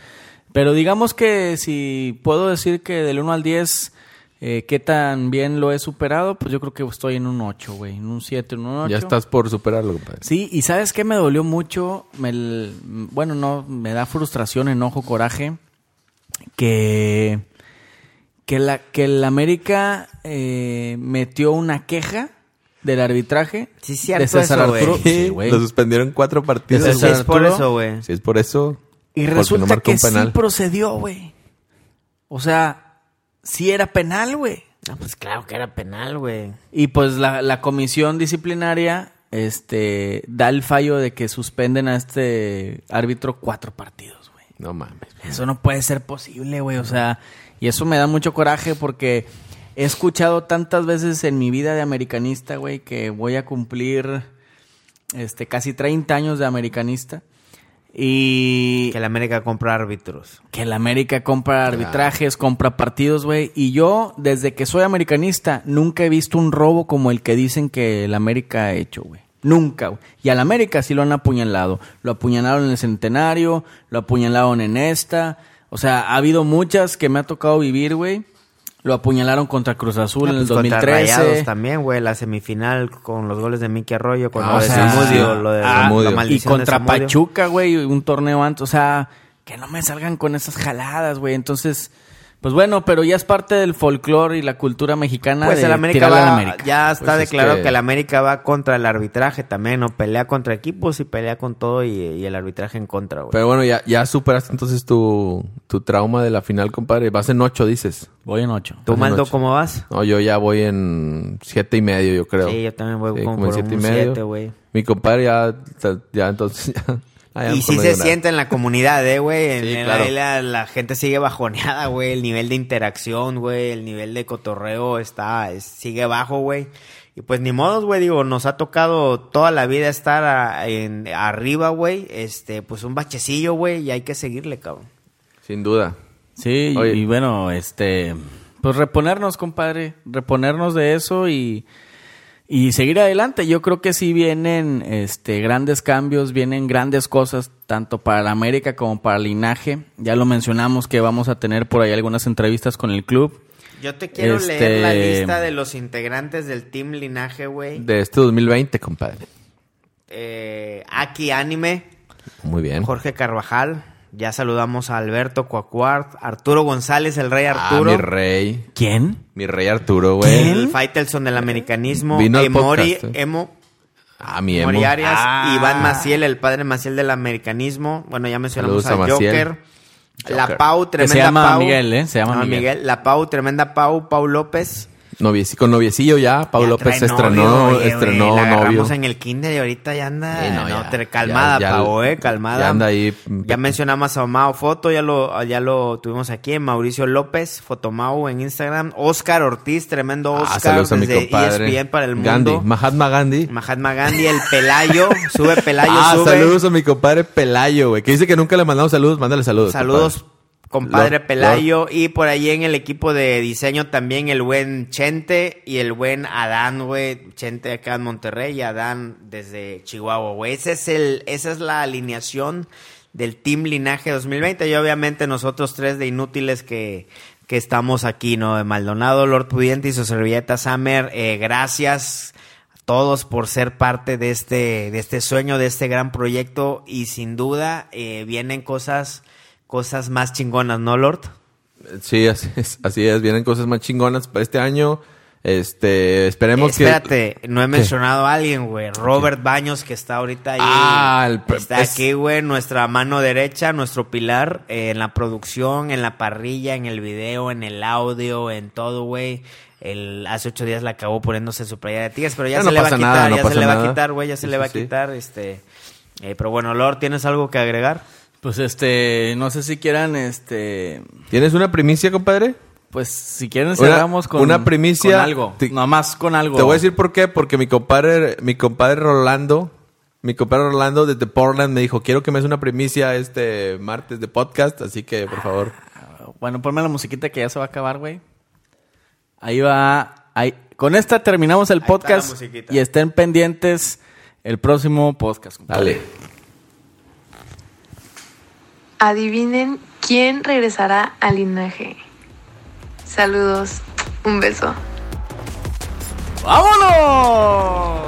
pero digamos que si puedo decir que del 1 al 10, eh, qué tan bien lo he superado, pues yo creo que estoy en un 8, güey, en un 7, en un 8. Ya estás por superarlo, compadre. Sí, y ¿sabes qué me dolió mucho? Me l- bueno, no, me da frustración, enojo, coraje. Que, que, la, que el América eh, metió una queja del arbitraje Sí, es de cierto César eso, güey. Arturo. Sí, güey. Lo suspendieron cuatro partidos. De Sí, César es por Arturo. eso, güey. Si es por eso. porque Y no resulta marcó que un penal. sí procedió, güey. O sea, sí era penal, güey. Ah, pues claro que era penal, güey. Y pues la, la comisión disciplinaria este, da el fallo de que suspenden a este árbitro cuatro partidos, güey. No mames. Eso no puede ser posible, güey. O sea, y eso me da mucho coraje porque he escuchado tantas veces en mi vida de americanista, güey, que voy a cumplir este, casi 30 años de americanista. Y Que el América compra árbitros. que el América compra arbitrajes, compra partidos, güey. Y yo, desde que soy americanista, nunca he visto un robo como el que dicen que el América ha hecho, güey. Nunca, güey. Y al América sí lo han apuñalado. Lo apuñalaron en el centenario, lo apuñalaron en esta. O sea, ha habido muchas que me ha tocado vivir, güey. Lo apuñalaron contra Cruz Azul Ah, en el pues, contra 2013. Rayados también, güey. La semifinal con los goles de Mickey Arroyo, con Ah, lo o de sea, Zamudio, lo de ah, la Zamudio. Y maldición de contra Zamudio. Pachuca, güey, un torneo antes. O sea, que no me salgan con esas jaladas, güey. Entonces, pues bueno, pero ya es parte del folclore y la cultura mexicana Pues de el América, tirarle va, al América. ya está Pues es declarado que- que... el América va contra el arbitraje también, ¿no? Pelea contra equipos y pelea con todo y, y el arbitraje en contra, güey. Pero bueno, ya, ya superaste entonces tu, tu trauma de la final, compadre. Vas en ocho, dices. Voy en ocho. ¿Tú, hace Maldo, noche. cómo vas? No, yo ya voy en siete y medio, yo creo. Sí, yo también voy Sí, como, como en por siete y un medio. 7, güey. Mi compadre ya, ya entonces ya. ah, ya Y mejor sí no se digo nada. siente en la comunidad, ¿eh, güey? En Sí, en claro. la isla la gente sigue bajoneada, güey. El nivel de interacción, güey. El nivel de cotorreo está, es- sigue bajo, güey. Y pues ni modos, güey. Digo, nos ha tocado toda la vida estar a- en, arriba, güey. Este, pues un bachecillo, güey. Y hay que seguirle, cabrón. Sin duda. Sí, y- Oye. y bueno, este, pues reponernos, compadre, reponernos de eso y, y seguir adelante. Yo creo que sí vienen este, grandes cambios, vienen grandes cosas, tanto para la América como para el linaje. Ya lo mencionamos que vamos a tener por ahí algunas entrevistas con el club. Yo te quiero Este- leer la lista de los integrantes del Team Linaje, güey. De este 2020, compadre. Eh, Aki Anime, Muy bien. Jorge Carvajal. Ya saludamos a Alberto Coacuart, Arturo González, el rey Ah, Arturo. mi rey. ¿Quién? Mi rey Arturo, güey. El Faitelson del americanismo. ¿Eh? Vino al Emori, podcast, eh. Emo, Ah, mi emo. Mori Arias. Ah. Iván Maciel, el padre Maciel del americanismo. Bueno, ya mencionamos Saludos a, a Maciel. Joker. La Pau, Que se tremenda llama Pau. Miguel, ¿eh? Se llama Ah, Miguel. La Pau, tremenda Pau. Pau López. Novieci- con noviecillo ya. Pau Ya López trae novio, estrenó, oye, güey, estrenó la novio. agarramos en el kinder y ahorita ya anda. Sí, no, no, ya, te- ya, calmada, ya, Pau, eh, calmada. ya anda ahí. Ya mencionamos a Mao Foto, ya lo, ya lo tuvimos aquí. Mauricio López, Fotomao en Instagram. Oscar Ortiz, tremendo Ah, Oscar. saludos a mi desde E compadre. ESPN para el mundo. Gandhi, Mahatma Gandhi. Mahatma Gandhi, el Pelayo, sube Pelayo, ah, sube. saludos a mi compadre Pelayo, güey. Que dice que nunca le mandamos saludos. Mándale saludos. Saludos, compadre. compadre Lord- Pelayo. Y por ahí en el equipo de diseño también el buen Chente y el buen Adán, güey. Chente acá en Monterrey y Adán desde Chihuahua, güey. Ese es el, esa es la alineación del Team Linaje 2020. Y obviamente nosotros tres de inútiles que, que estamos aquí, ¿no? De Maldonado, Lord Pudiente y su servilleta Summer. Eh, gracias todos por ser parte de este, de este sueño, de este gran proyecto y sin duda eh, vienen cosas, cosas más chingonas, ¿no, Lord? Sí, así es, así es. Vienen cosas más chingonas para este año. Este, esperemos que. Espérate, no he mencionado a alguien, güey. Robert Baños, que está ahorita ahí. Ah, el pe- está es- aquí, güey. Nuestra mano derecha, nuestro pilar eh, en la producción, en la parrilla, en el video, en el audio, en todo, güey. El, hace ocho días la acabó poniéndose su playa de tigres, pero ya Pero se no le va a pasa quitar, nada, no ya se pasa le va a nada. quitar, güey, ya se Sí, le va a sí, sí. quitar, este. eh, pero bueno, Lord, ¿tienes algo que agregar? Pues este, no sé si quieran, este, ¿Tienes una primicia, compadre? pues si quieren Una- cerramos con una primicia. con algo, Te- nomás con algo. Te voy a decir por qué, porque mi compadre, mi compadre Rolando, mi compadre Rolando desde Portland me dijo, quiero que me des una primicia este martes de podcast, así que por favor. Bueno, ponme la musiquita que ya se va a acabar, güey. Ahí va. Ahí. Con esta terminamos el podcast. y estén pendientes el próximo podcast. compadre. Adivinen quién regresará al linaje. Saludos, un beso. ¡Vámonos!